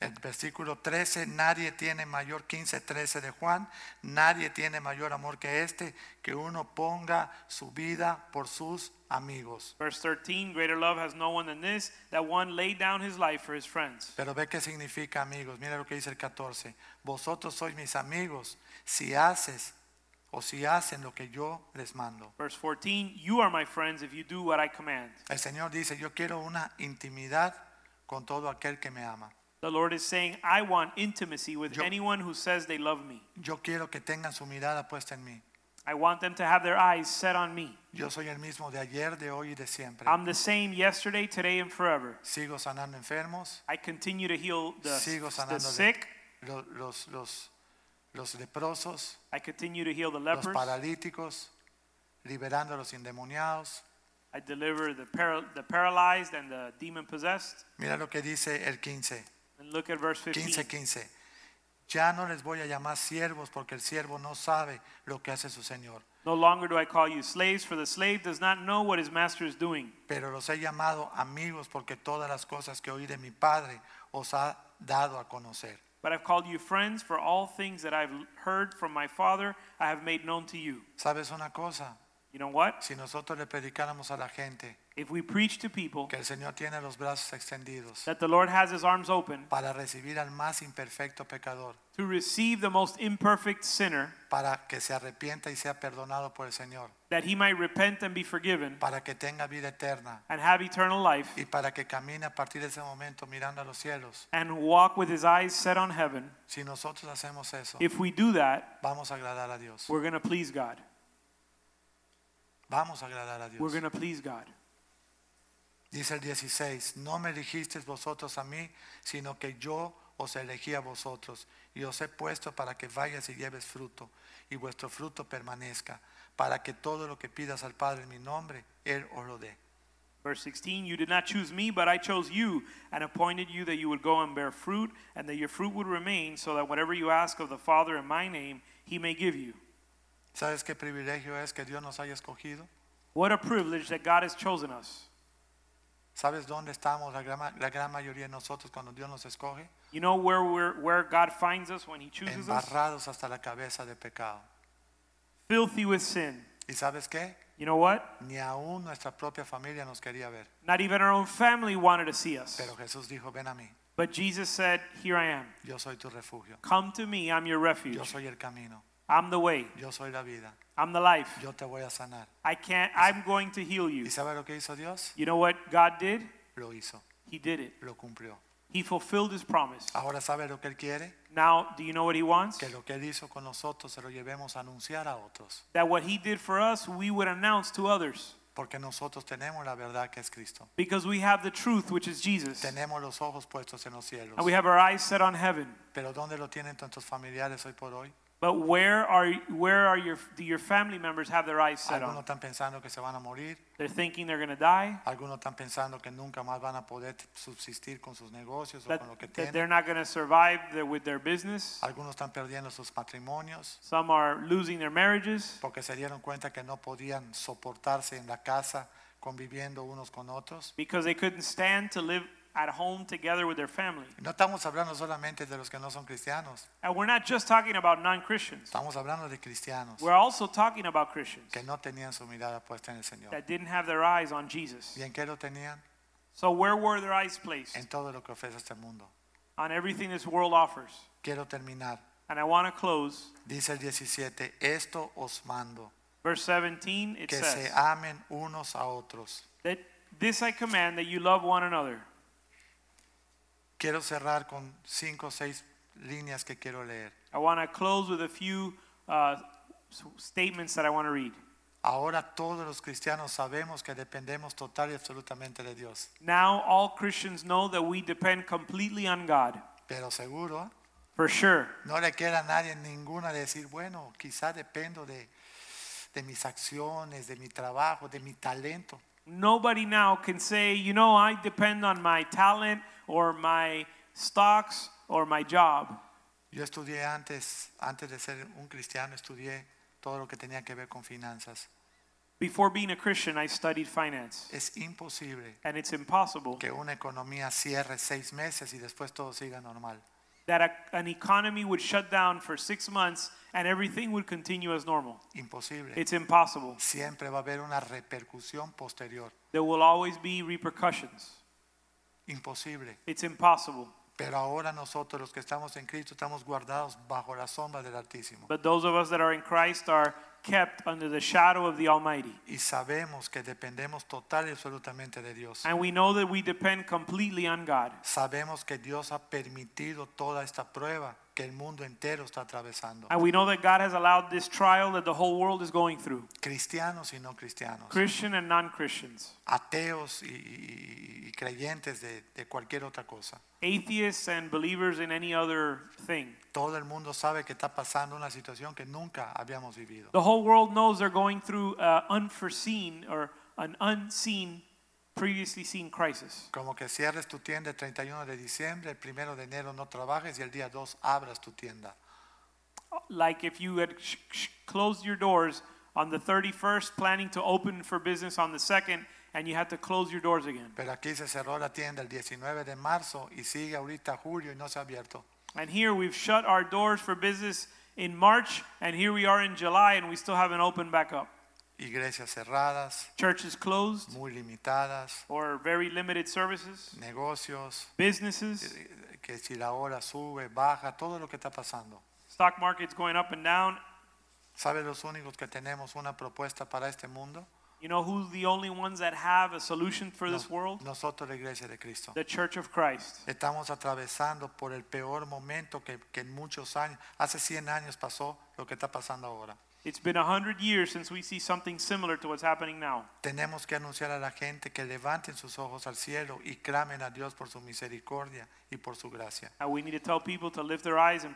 El versículo 13, nadie tiene mayor, 15, 13 de Juan, nadie tiene mayor amor que este, que uno ponga su vida por sus amigos.
Verse 13 Greater love has no one than this, that one laid down his life for his friends.
Pero ve qué significa amigos, mira lo que dice el 14, vosotros sois mis amigos si haces o si hacen lo que yo les mando.
Verse 14 You are my friends if you do what I command.
El Señor dice, yo quiero una intimidad con todo aquel que me ama.
The Lord is saying, I want intimacy with
Yo-
anyone who says they love me.
Yo quiero que tengan su mirada puesta en mí.
I want them to have their eyes set on me.
Yo soy el mismo de ayer, de hoy y de siempre.
I'm the same yesterday, today, and forever.
Sigo sanando enfermos,
I continue to heal the,
Sigo
the
sanando
sick.
lo- los, los, los leprosos,
I continue to heal the
los
lepers.
paralíticos, liberando a los endemoniados.
I deliver the, para- the paralyzed and the demon possessed.
Mira lo que dice el 15,
And look at verse 15.
15, 15. Ya no les voy a llamar siervos porque el siervo no sabe lo que hace su Señor,
No longer do I call you slaves, for the slave does not know what his master is doing.
pero los he llamado amigos porque todas las cosas que oí de mi Padre os ha dado a conocer.
But I've called you friends, for all things that I've heard from my Father I have made known to you.
¿Sabes una cosa?
You know what?
Si nosotros le predicáramos a la gente
If we preach to people
que el Señor tiene los brazos extendidos
that the Lord has his arms open
para recibir al más imperfecto pecador,
to receive the most imperfect sinner,
para que se arrepienta y sea perdonado por el Señor,
that he might repent and be forgiven
para que tenga vida eterna
and have eternal life,
y para que camine a partir de ese momento mirando a los cielos.
and walk with his eyes set on heaven,
Si nosotros hacemos eso,
if we do that,
vamos a agradar a Dios.
we're going to please God.
Vamos a agradar a
We're
Dios.
going to please God.
Dice el 16, no me elegisteis vosotros a mí, sino que yo os elegí a vosotros y os he puesto para que vayas y lleves fruto y vuestro fruto permanezca, para que todo lo que pidas al Padre en mi nombre, Él os lo dé.
Verse 16, you did not choose me, but I chose you and appointed you that you would go and bear fruit, and that your fruit would remain, so that whatever you ask of the Father in my name, he may give you.
¿Sabes qué privilegio es que Dios nos haya escogido?
What a privilege that God has chosen us.
¿Sabes dónde estamos la gran, ma- la gran mayoría de nosotros cuando Dios nos escoge?
You know where, we're, where God finds us when he chooses us?
Embarrados hasta la cabeza de pecado.
Filthy with sin.
¿Y sabes qué?
You know what?
Ni aún nuestra propia familia nos quería ver.
Not even our own family wanted to see us.
Pero Jesús dijo, ven a mí,
But Jesus said, Here I am.
yo soy tu refugio,
Come to me, I'm your
yo
refuge.
soy el camino,
I'm the way,
yo soy la vida,
I'm the life.
yo te voy a sanar.
I can't, I'm going to heal you.
¿Y sabes lo que hizo Dios?
You know what God did?
Lo hizo,
He did it.
lo cumplió.
He fulfilled his promise.
Ahora sabe lo que Él quiere,
Now, do you know what he wants?
que lo que Él hizo con nosotros se lo llevemos a anunciar a otros,
That what he did for us, we would announce to others.
porque nosotros tenemos la verdad que es Cristo.
Because we have the truth, which is Jesus. And
Tenemos los
Ah,
ojos puestos en los cielos.
we have our eyes set on heaven.
Pero ¿dónde lo tienen tantos familiares hoy por hoy?
But where are where are your do your family members have their eyes set
Algunos
on?
están pensando que se van a morir,
They're thinking they're going to die.
algunos están pensando que nunca más van a poder subsistir con sus negocios o
That,
con lo que
that
tienen.
they're not going to survive their, with their business.
Algunos están perdiendo sus matrimonios
Some are losing their marriages
porque se dieron cuenta que no podían soportarse en la casa conviviendo unos con otros.
because they couldn't stand to live at home together with their family.
No estamos hablando solamente de los que no son cristianos,
And we're not just talking about non-Christians.
estamos hablando de cristianos
We're also talking about Christians
que no tenían su mirada puesta en el Señor.
that didn't have their eyes on Jesus.
¿Y en qué lo tenían?
So where were their eyes placed?
En todo lo que ofrece este mundo.
On everything this world offers.
Quiero terminar.
And I want to close
Dice el 17, esto os mando,
verse 17 it
que
says
se amen unos a otros.
that this I command that you love one another.
Quiero cerrar con cinco o seis líneas que quiero leer.
I want to close with a few uh, s- statements that I want to read.
Ahora todos los cristianos sabemos que dependemos total y absolutamente de Dios,
Now all Christians know that we depend completely on God.
pero seguro
For sure.
no le queda a nadie ninguna de decir, bueno, quizá dependo de, de mis acciones, de mi trabajo, de mi talento.
Nobody now can say, you know, I depend on my talent or my stocks or my job.
Yo estudié antes, antes de ser un cristiano, estudié todo lo que tenía que ver con finanzas.
Before being a Christian, I studied finance.
Es imposible
And it's impossible
que una economía cierre seis meses y después todo siga normal.
that a, an economy would shut down for six months and everything would continue as normal.
Imposible.
It's impossible.
Siempre va a haber una repercusión posterior.
There will always be repercussions.
Imposible.
It's impossible.
Pero ahora nosotros los que estamos en Cristo estamos guardados bajo la sombra del Altísimo.
But those of us that are in Christ are kept under the shadow of the Almighty.
Y sabemos que dependemos total y absolutamente de Dios.
And we know that we depend completely on God.
Sabemos que Dios ha permitido toda esta prueba que el mundo entero está atravesando.
And we know that God has allowed this trial that the whole world is going through
Cristianos y no cristianos.
Christian and non Christians,
Ateos y, y- y creyentes de- de cualquier otra cosa.
atheists and believers in any other thing.
Todo el mundo sabe que está pasando una situación que nunca habíamos vivido.
The whole world knows they're going through uh, unforeseen or an unseen, previously seen crisis.
Como que cierres tu tienda el 31 de diciembre, el 1 de enero no trabajes y el día 2 abras tu tienda.
Like if you had sh- sh- closed your doors on the 31st, planning to open for business on the 2nd, and you had to close your doors again.
Pero aquí se cerró la tienda el 19 de marzo y sigue ahorita julio y no se ha abierto.
And here we've shut our doors for business in March, and here we are in July, and we still haven't opened back up.
Iglesias cerradas,
Churches closed
muy limitadas,
or very limited services,
negocios,
businesses,
eh, que si la hora sube, baja, todo lo que está pasando.
stock markets going up and down.
¿Sabes los únicos que tenemos una propuesta para este mundo?
You know who's the only ones that have a solution for this world?
Nosotros la iglesia de Cristo.
The Church of Christ.
Estamos atravesando por el peor momento que, que en muchos años, hace 100 años pasó lo que está pasando ahora.
It's been a hundred years since we see something similar to what's happening now.
Tenemos que anunciar a la gente que levanten sus ojos al cielo y clamen a Dios por su misericordia y por su gracia.
And we need to tell people to lift their eyes and,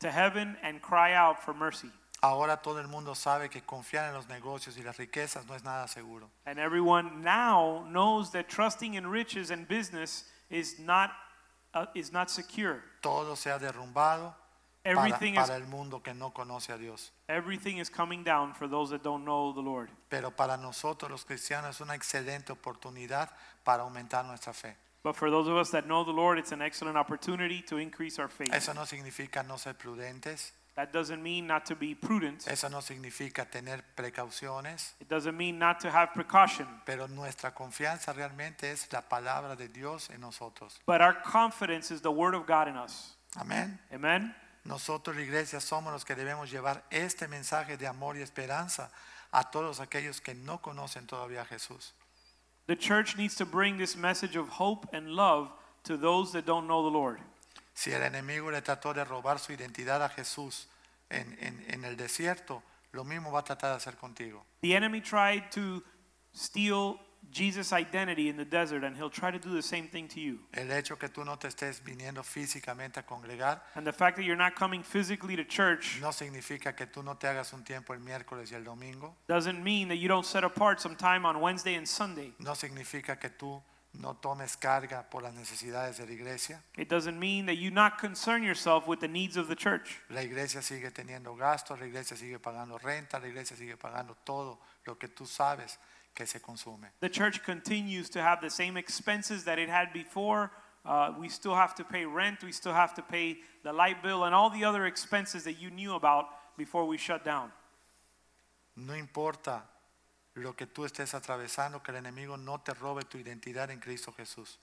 to heaven and cry out for mercy.
Ahora todo el mundo sabe que confiar en los negocios y las riquezas no es nada seguro.
And everyone now knows that trusting in riches and business is not, uh, is not secure.
Todo se ha derrumbado para,
Everything is,
para el mundo que no conoce a Dios.
everything is coming down for those that don't know the Lord.
Pero para nosotros los cristianos es una excelente oportunidad para aumentar nuestra fe.
But for those of us that know the Lord, it's an excellent opportunity to increase our faith.
Eso no significa no ser prudentes.
That doesn't mean not to be prudent.
Eso no significa tener precauciones,
It doesn't mean not to have precaution.
pero nuestra confianza realmente es la palabra de Dios en nosotros.
But our confidence is the word of God in us.
Amén.
Amen.
Nosotros, la iglesia, somos los que debemos llevar este mensaje de amor y esperanza a todos aquellos que no conocen todavía a Jesús.
The church needs to bring this message of hope and love to those that don't know the Lord.
Si el enemigo le trató de robar su identidad a Jesús en, en- en el desierto, lo mismo va a tratar de hacer contigo.
The enemy tried to steal Jesus' identity in the desert, and he'll try to do the same thing to you.
El hecho que tú no te estés viniendo físicamente a congregar
And the fact that you're not coming physically to church
no significa que tú no te hagas un tiempo el miércoles y el domingo.
doesn't mean that you don't set apart some time on Wednesday and Sunday.
No significa que tú no tomes carga por las necesidades de la iglesia.
It doesn't mean that you not concern yourself with the needs of the church.
La iglesia sigue teniendo gastos, la iglesia sigue pagando renta, la iglesia sigue pagando todo lo que tú sabes que se consume.
The church continues to have the same expenses that it had before. Uh, we still have to pay rent, we still have to pay the light bill, and all the other expenses that you knew about before we shut down.
No importa lo que tú estés atravesando, que el enemigo no te robe tu identidad en Cristo Jesús.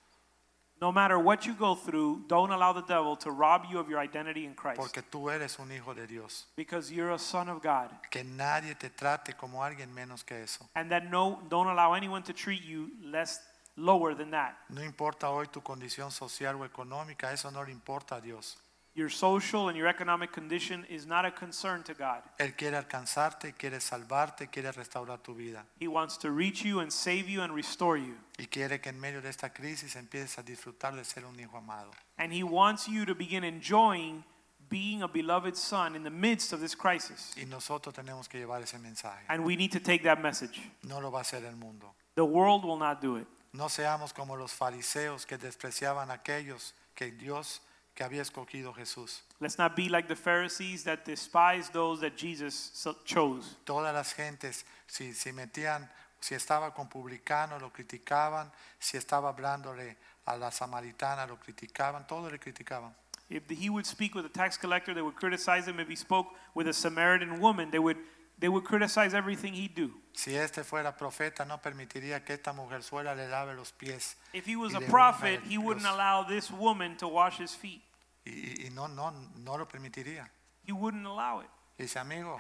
No matter what you go through, don't allow the devil to rob you of your identity in Christ.
Porque tú eres un hijo de Dios.
because you're a son of God.
Que nadie te trate como alguien menos que eso.
And that no don't allow anyone to treat you less lower than that.
No importa hoy tu condición social o económica, eso no le importa a Dios.
Your social and your economic condition is not a concern to God.
Él quiere alcanzarte, quiere salvarte, quiere restaurar tu vida.
He wants to reach you and save you and restore you.
Y quiere que en medio de esta crisis empieces a disfrutar de ser un hijo amado.
And he wants you to begin enjoying being a beloved son in the midst of this crisis.
Y nosotros tenemos que llevar ese mensaje.
And we need to take that message.
No lo va a hacer el mundo.
The world will not do it.
No seamos como los fariseos que despreciaban a aquellos que Dios que había escogido Jesús.
Let's not be like the Pharisees that despise those that Jesus so- chose.
Todas las gentes, si, si metían, si estaba con publicanos, lo criticaban, si estaba hablándole a la samaritana, lo criticaban, todo le criticaban.
If he would speak with a tax collector, they would criticize him. If he spoke with a Samaritan woman, they would, they would criticize everything he'd do.
Si este fuera profeta, no permitiría que esta mujerzuela le lave los pies.
If he was
Y
a
le unja
prophet,
el-
he wouldn't
los-
allow this woman to wash his feet.
Y, y- y no, no, no lo permitiría.
He wouldn't allow it.
Dice, amigo,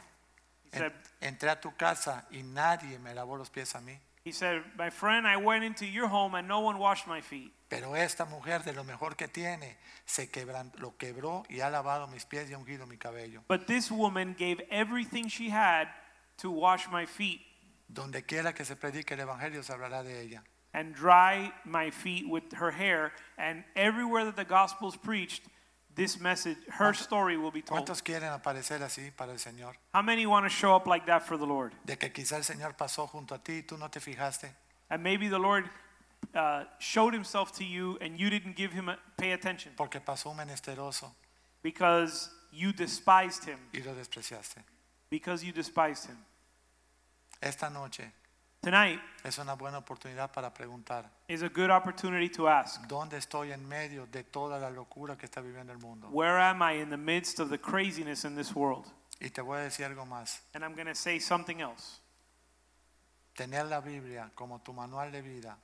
He said,
en- entré a tu casa y nadie me lavó los pies a mí.
he said, My friend, I went into your home and no one washed my feet.
Pero esta mujer de lo mejor que tiene se quebran- lo quebró y ha lavado mis pies y ha ungido mi cabello.
But this woman gave everything she had to wash my feet
Donde quiera que se predique el evangelio se hablará de ella.
and dry my feet with her hair. And everywhere that the gospel's preached, this message, her story will be told.
¿Cuántos quieren aparecer así para el Señor?
How many want to show up like that for the Lord?
De que quizá el Señor pasó junto a ti y tú no te fijaste.
And maybe the Lord uh, showed himself to you and you didn't give him a, pay attention
Porque pasó un menesteroso
because you despised him.
y lo despreciaste.
Because you despised him.
Esta noche
Tonight
es una buena oportunidad para preguntar,
is a good opportunity to ask
¿dónde estoy en medio de toda la locura que está viviendo el mundo?
Where am I in the midst of the craziness in this world?
Y te voy a decir algo más.
And I'm going to say something else.
Tener la Biblia como tu manual de vida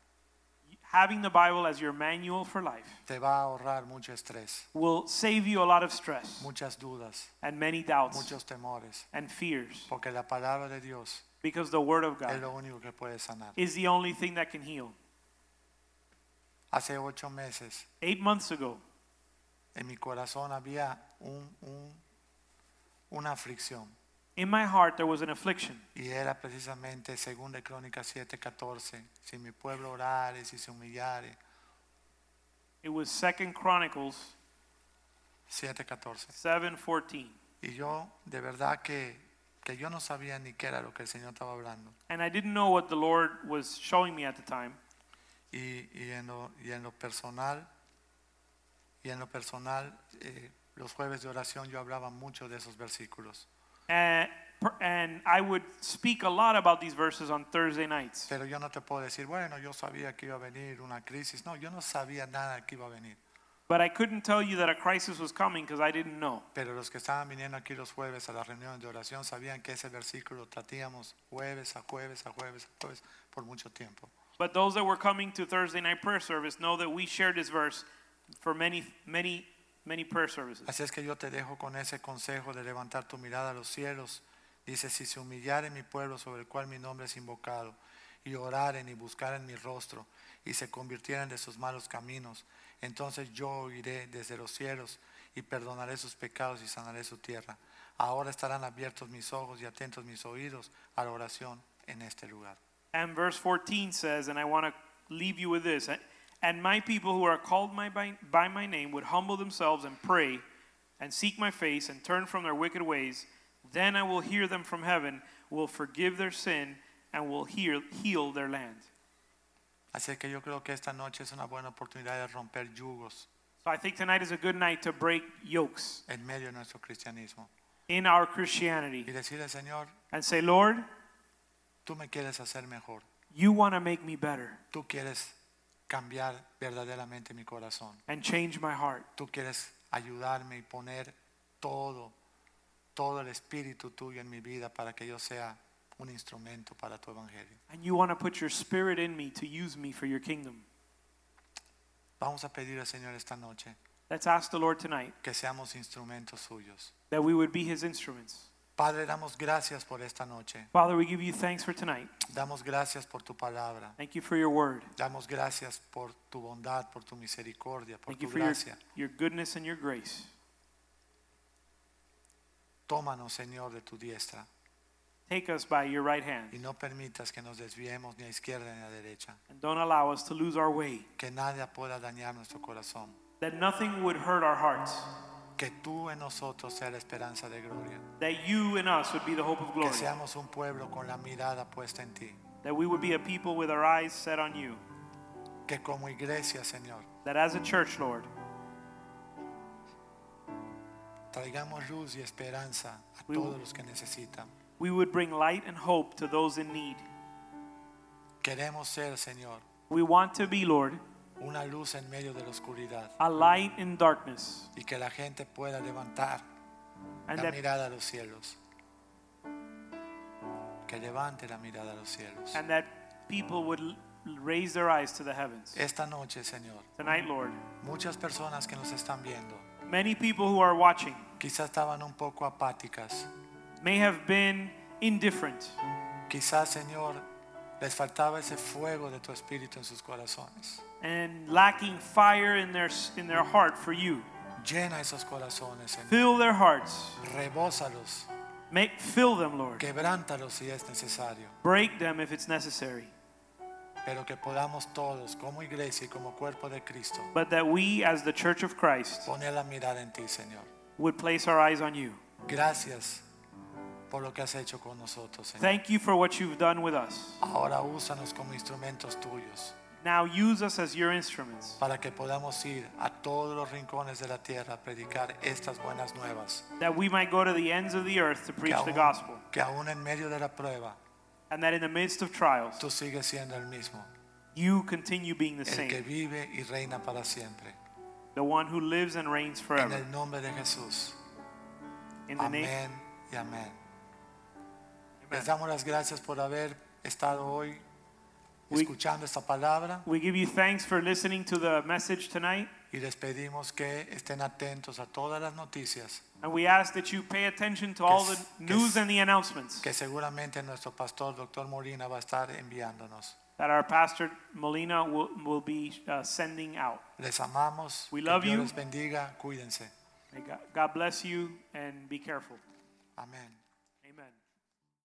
Having the Bible as your manual for life
te va a ahorrar mucho estrés,
will save you a lot of stress
muchas dudas,
and many doubts
muchos temores,
and fears
porque la palabra de Dios
because the Word of
es
God
lo único que puede sanar.
is the only thing that can heal.
Hace ocho meses
Eight months ago,
en mi corazón había un- un- una aflicción
in my heart, there was an affliction.
y era precisamente según de Crónicas 7:14, si mi pueblo orare, si se humillare,
It was Second Chronicles
7:14.
7:14.
Y yo de verdad que, que yo no sabía ni qué era lo que el Señor estaba hablando.
And I didn't know what the Lord was showing me at the time.
Y, y en, lo, y en lo personal, y en lo personal, eh, los jueves de oración yo hablaba mucho de esos versículos.
And, per- and I would speak a lot about these verses on Thursday nights.
Pero yo no te puedo decir, bueno, yo sabía que iba a venir una crisis. No, yo no sabía nada que iba a venir.
But I couldn't tell you that a crisis was coming because I didn't know.
Pero los que estaban viniendo aquí los jueves a las reuniones de oración sabían que ese versículo tratíamos jueves a jueves a jueves a jueves por mucho tiempo.
But those that were coming to Thursday night prayer service know that we shared this verse for many, many, many prayer services.
Así es que yo te dejo con ese consejo de levantar tu mirada a los cielos. Dice, si se humillare mi pueblo sobre el cual mi nombre es invocado, y oraren y buscaren mi rostro, y se convirtieren de sus malos caminos, entonces yo oiré desde los cielos y perdonaré sus pecados y sanaré su tierra. Ahora estarán abiertos mis ojos y atentos mis oídos a la oración en este lugar.
And verse 14 says, and I want to leave you with this and my people who are called my, by, by my name would humble themselves and pray and seek my face and turn from their wicked ways, then I will hear them from heaven, will forgive their sin, and will heal, heal their land.
Así que yo creo que esta noche es una buena oportunidad de romper yugos
So I think tonight is a good night to break yokes
en medio de nuestro cristianismo
in our
y
Christianity
decirle, Señor,
and say, Lord,
tú me quieres hacer mejor,
you want to make me better
tú quieres cambiar verdaderamente mi corazón,
and change my heart.
tú quieres ayudarme y poner todo, todo el espíritu tuyo en mi vida para que yo sea un instrumento para tu evangelio.
And you want to put your spirit in me to use me for your kingdom.
Vamos a pedir al Señor esta noche
Let's ask the Lord tonight
que seamos instrumentos suyos.
that we would be his instruments.
Padre, damos gracias por esta noche.
Father, we give you thanks for tonight.
Damos gracias por tu palabra.
Thank you for your word.
Damos gracias por tu bondad, por tu misericordia, por
Thank you
tu
for your,
gracia.
your goodness and your grace.
Tómanos, Señor, de tu diestra
Take us by your right hand
y no permitas que nos desviemos ni a izquierda ni a derecha.
and don't allow us to lose our way,
Que nada pueda dañar nuestro corazón.
that nothing would hurt our hearts,
Que tú en nosotros sea la esperanza de gloria.
that you and us would be the hope of
Que
glory,
seamos un pueblo con la mirada puesta en ti.
that we would be a people with our eyes set on you,
Que como iglesia, Señor,
that as a church, Lord,
traigamos luz y esperanza a
We
todos
will-
los que necesitan.
we would bring light and hope to those in need.
Queremos ser, Señor,
We want to be, Lord,
una luz en medio de la oscuridad
a light in darkness,
y que la gente pueda levantar
and
la
that,
mirada a los cielos. Que levante la mirada a los cielos.
and that people would l- raise their eyes to the heavens.
Esta noche, Señor,
Tonight, Lord,
muchas personas que nos están viendo
many people who are watching
quizás estaban un poco apáticas.
may have been indifferent.
Quizás, Señor, les faltaba ese fuego de tu espíritu en sus corazones.
and lacking fire in their in their heart for you.
Llena esos corazones, Señor.
Fill their hearts.
Rebózalos,
Make fill them, Lord.
quebrántalos si es necesario.
Break them if it's necessary.
Pero que podamos todos, como iglesia y como cuerpo de Cristo,
But that we as the church of Christ
poner la mirada en ti, Señor.
would place our eyes on you.
Gracias por lo que has hecho con nosotros, Señor.
Thank you for what you've done with us.
Ahora úsanos como instrumentos tuyos
Now use us as your instruments
para que podamos ir a todos los rincones de la tierra a predicar estas buenas nuevas.
that we might go to the ends of the earth to
Que
preach the gospel
aún, que aún en medio de la prueba,
and that in the midst of trials
tú sigues siendo el mismo,
you continue being the
el que
same,
vive y reina para siempre.
the one who lives and reigns
En
forever.
el nombre de Jesús.
In the name
Amén y amén. Les
Amen.
damos las gracias por haber estado hoy
We-
escuchando esta palabra
we give you thanks for listening to the message tonight.
y les pedimos que estén atentos a todas las noticias
And we ask that you pay attention to all the
s- que
news
s-
and the announcements
que seguramente nuestro pastor, doctor Molina, va a estar enviándonos.
that our pastor Molina will, will be uh, sending out.
Les amamos.
We
que
love
Dios
you.
les bendiga. Cuídense.
May God, God bless you and be careful.
Amén.
Amen.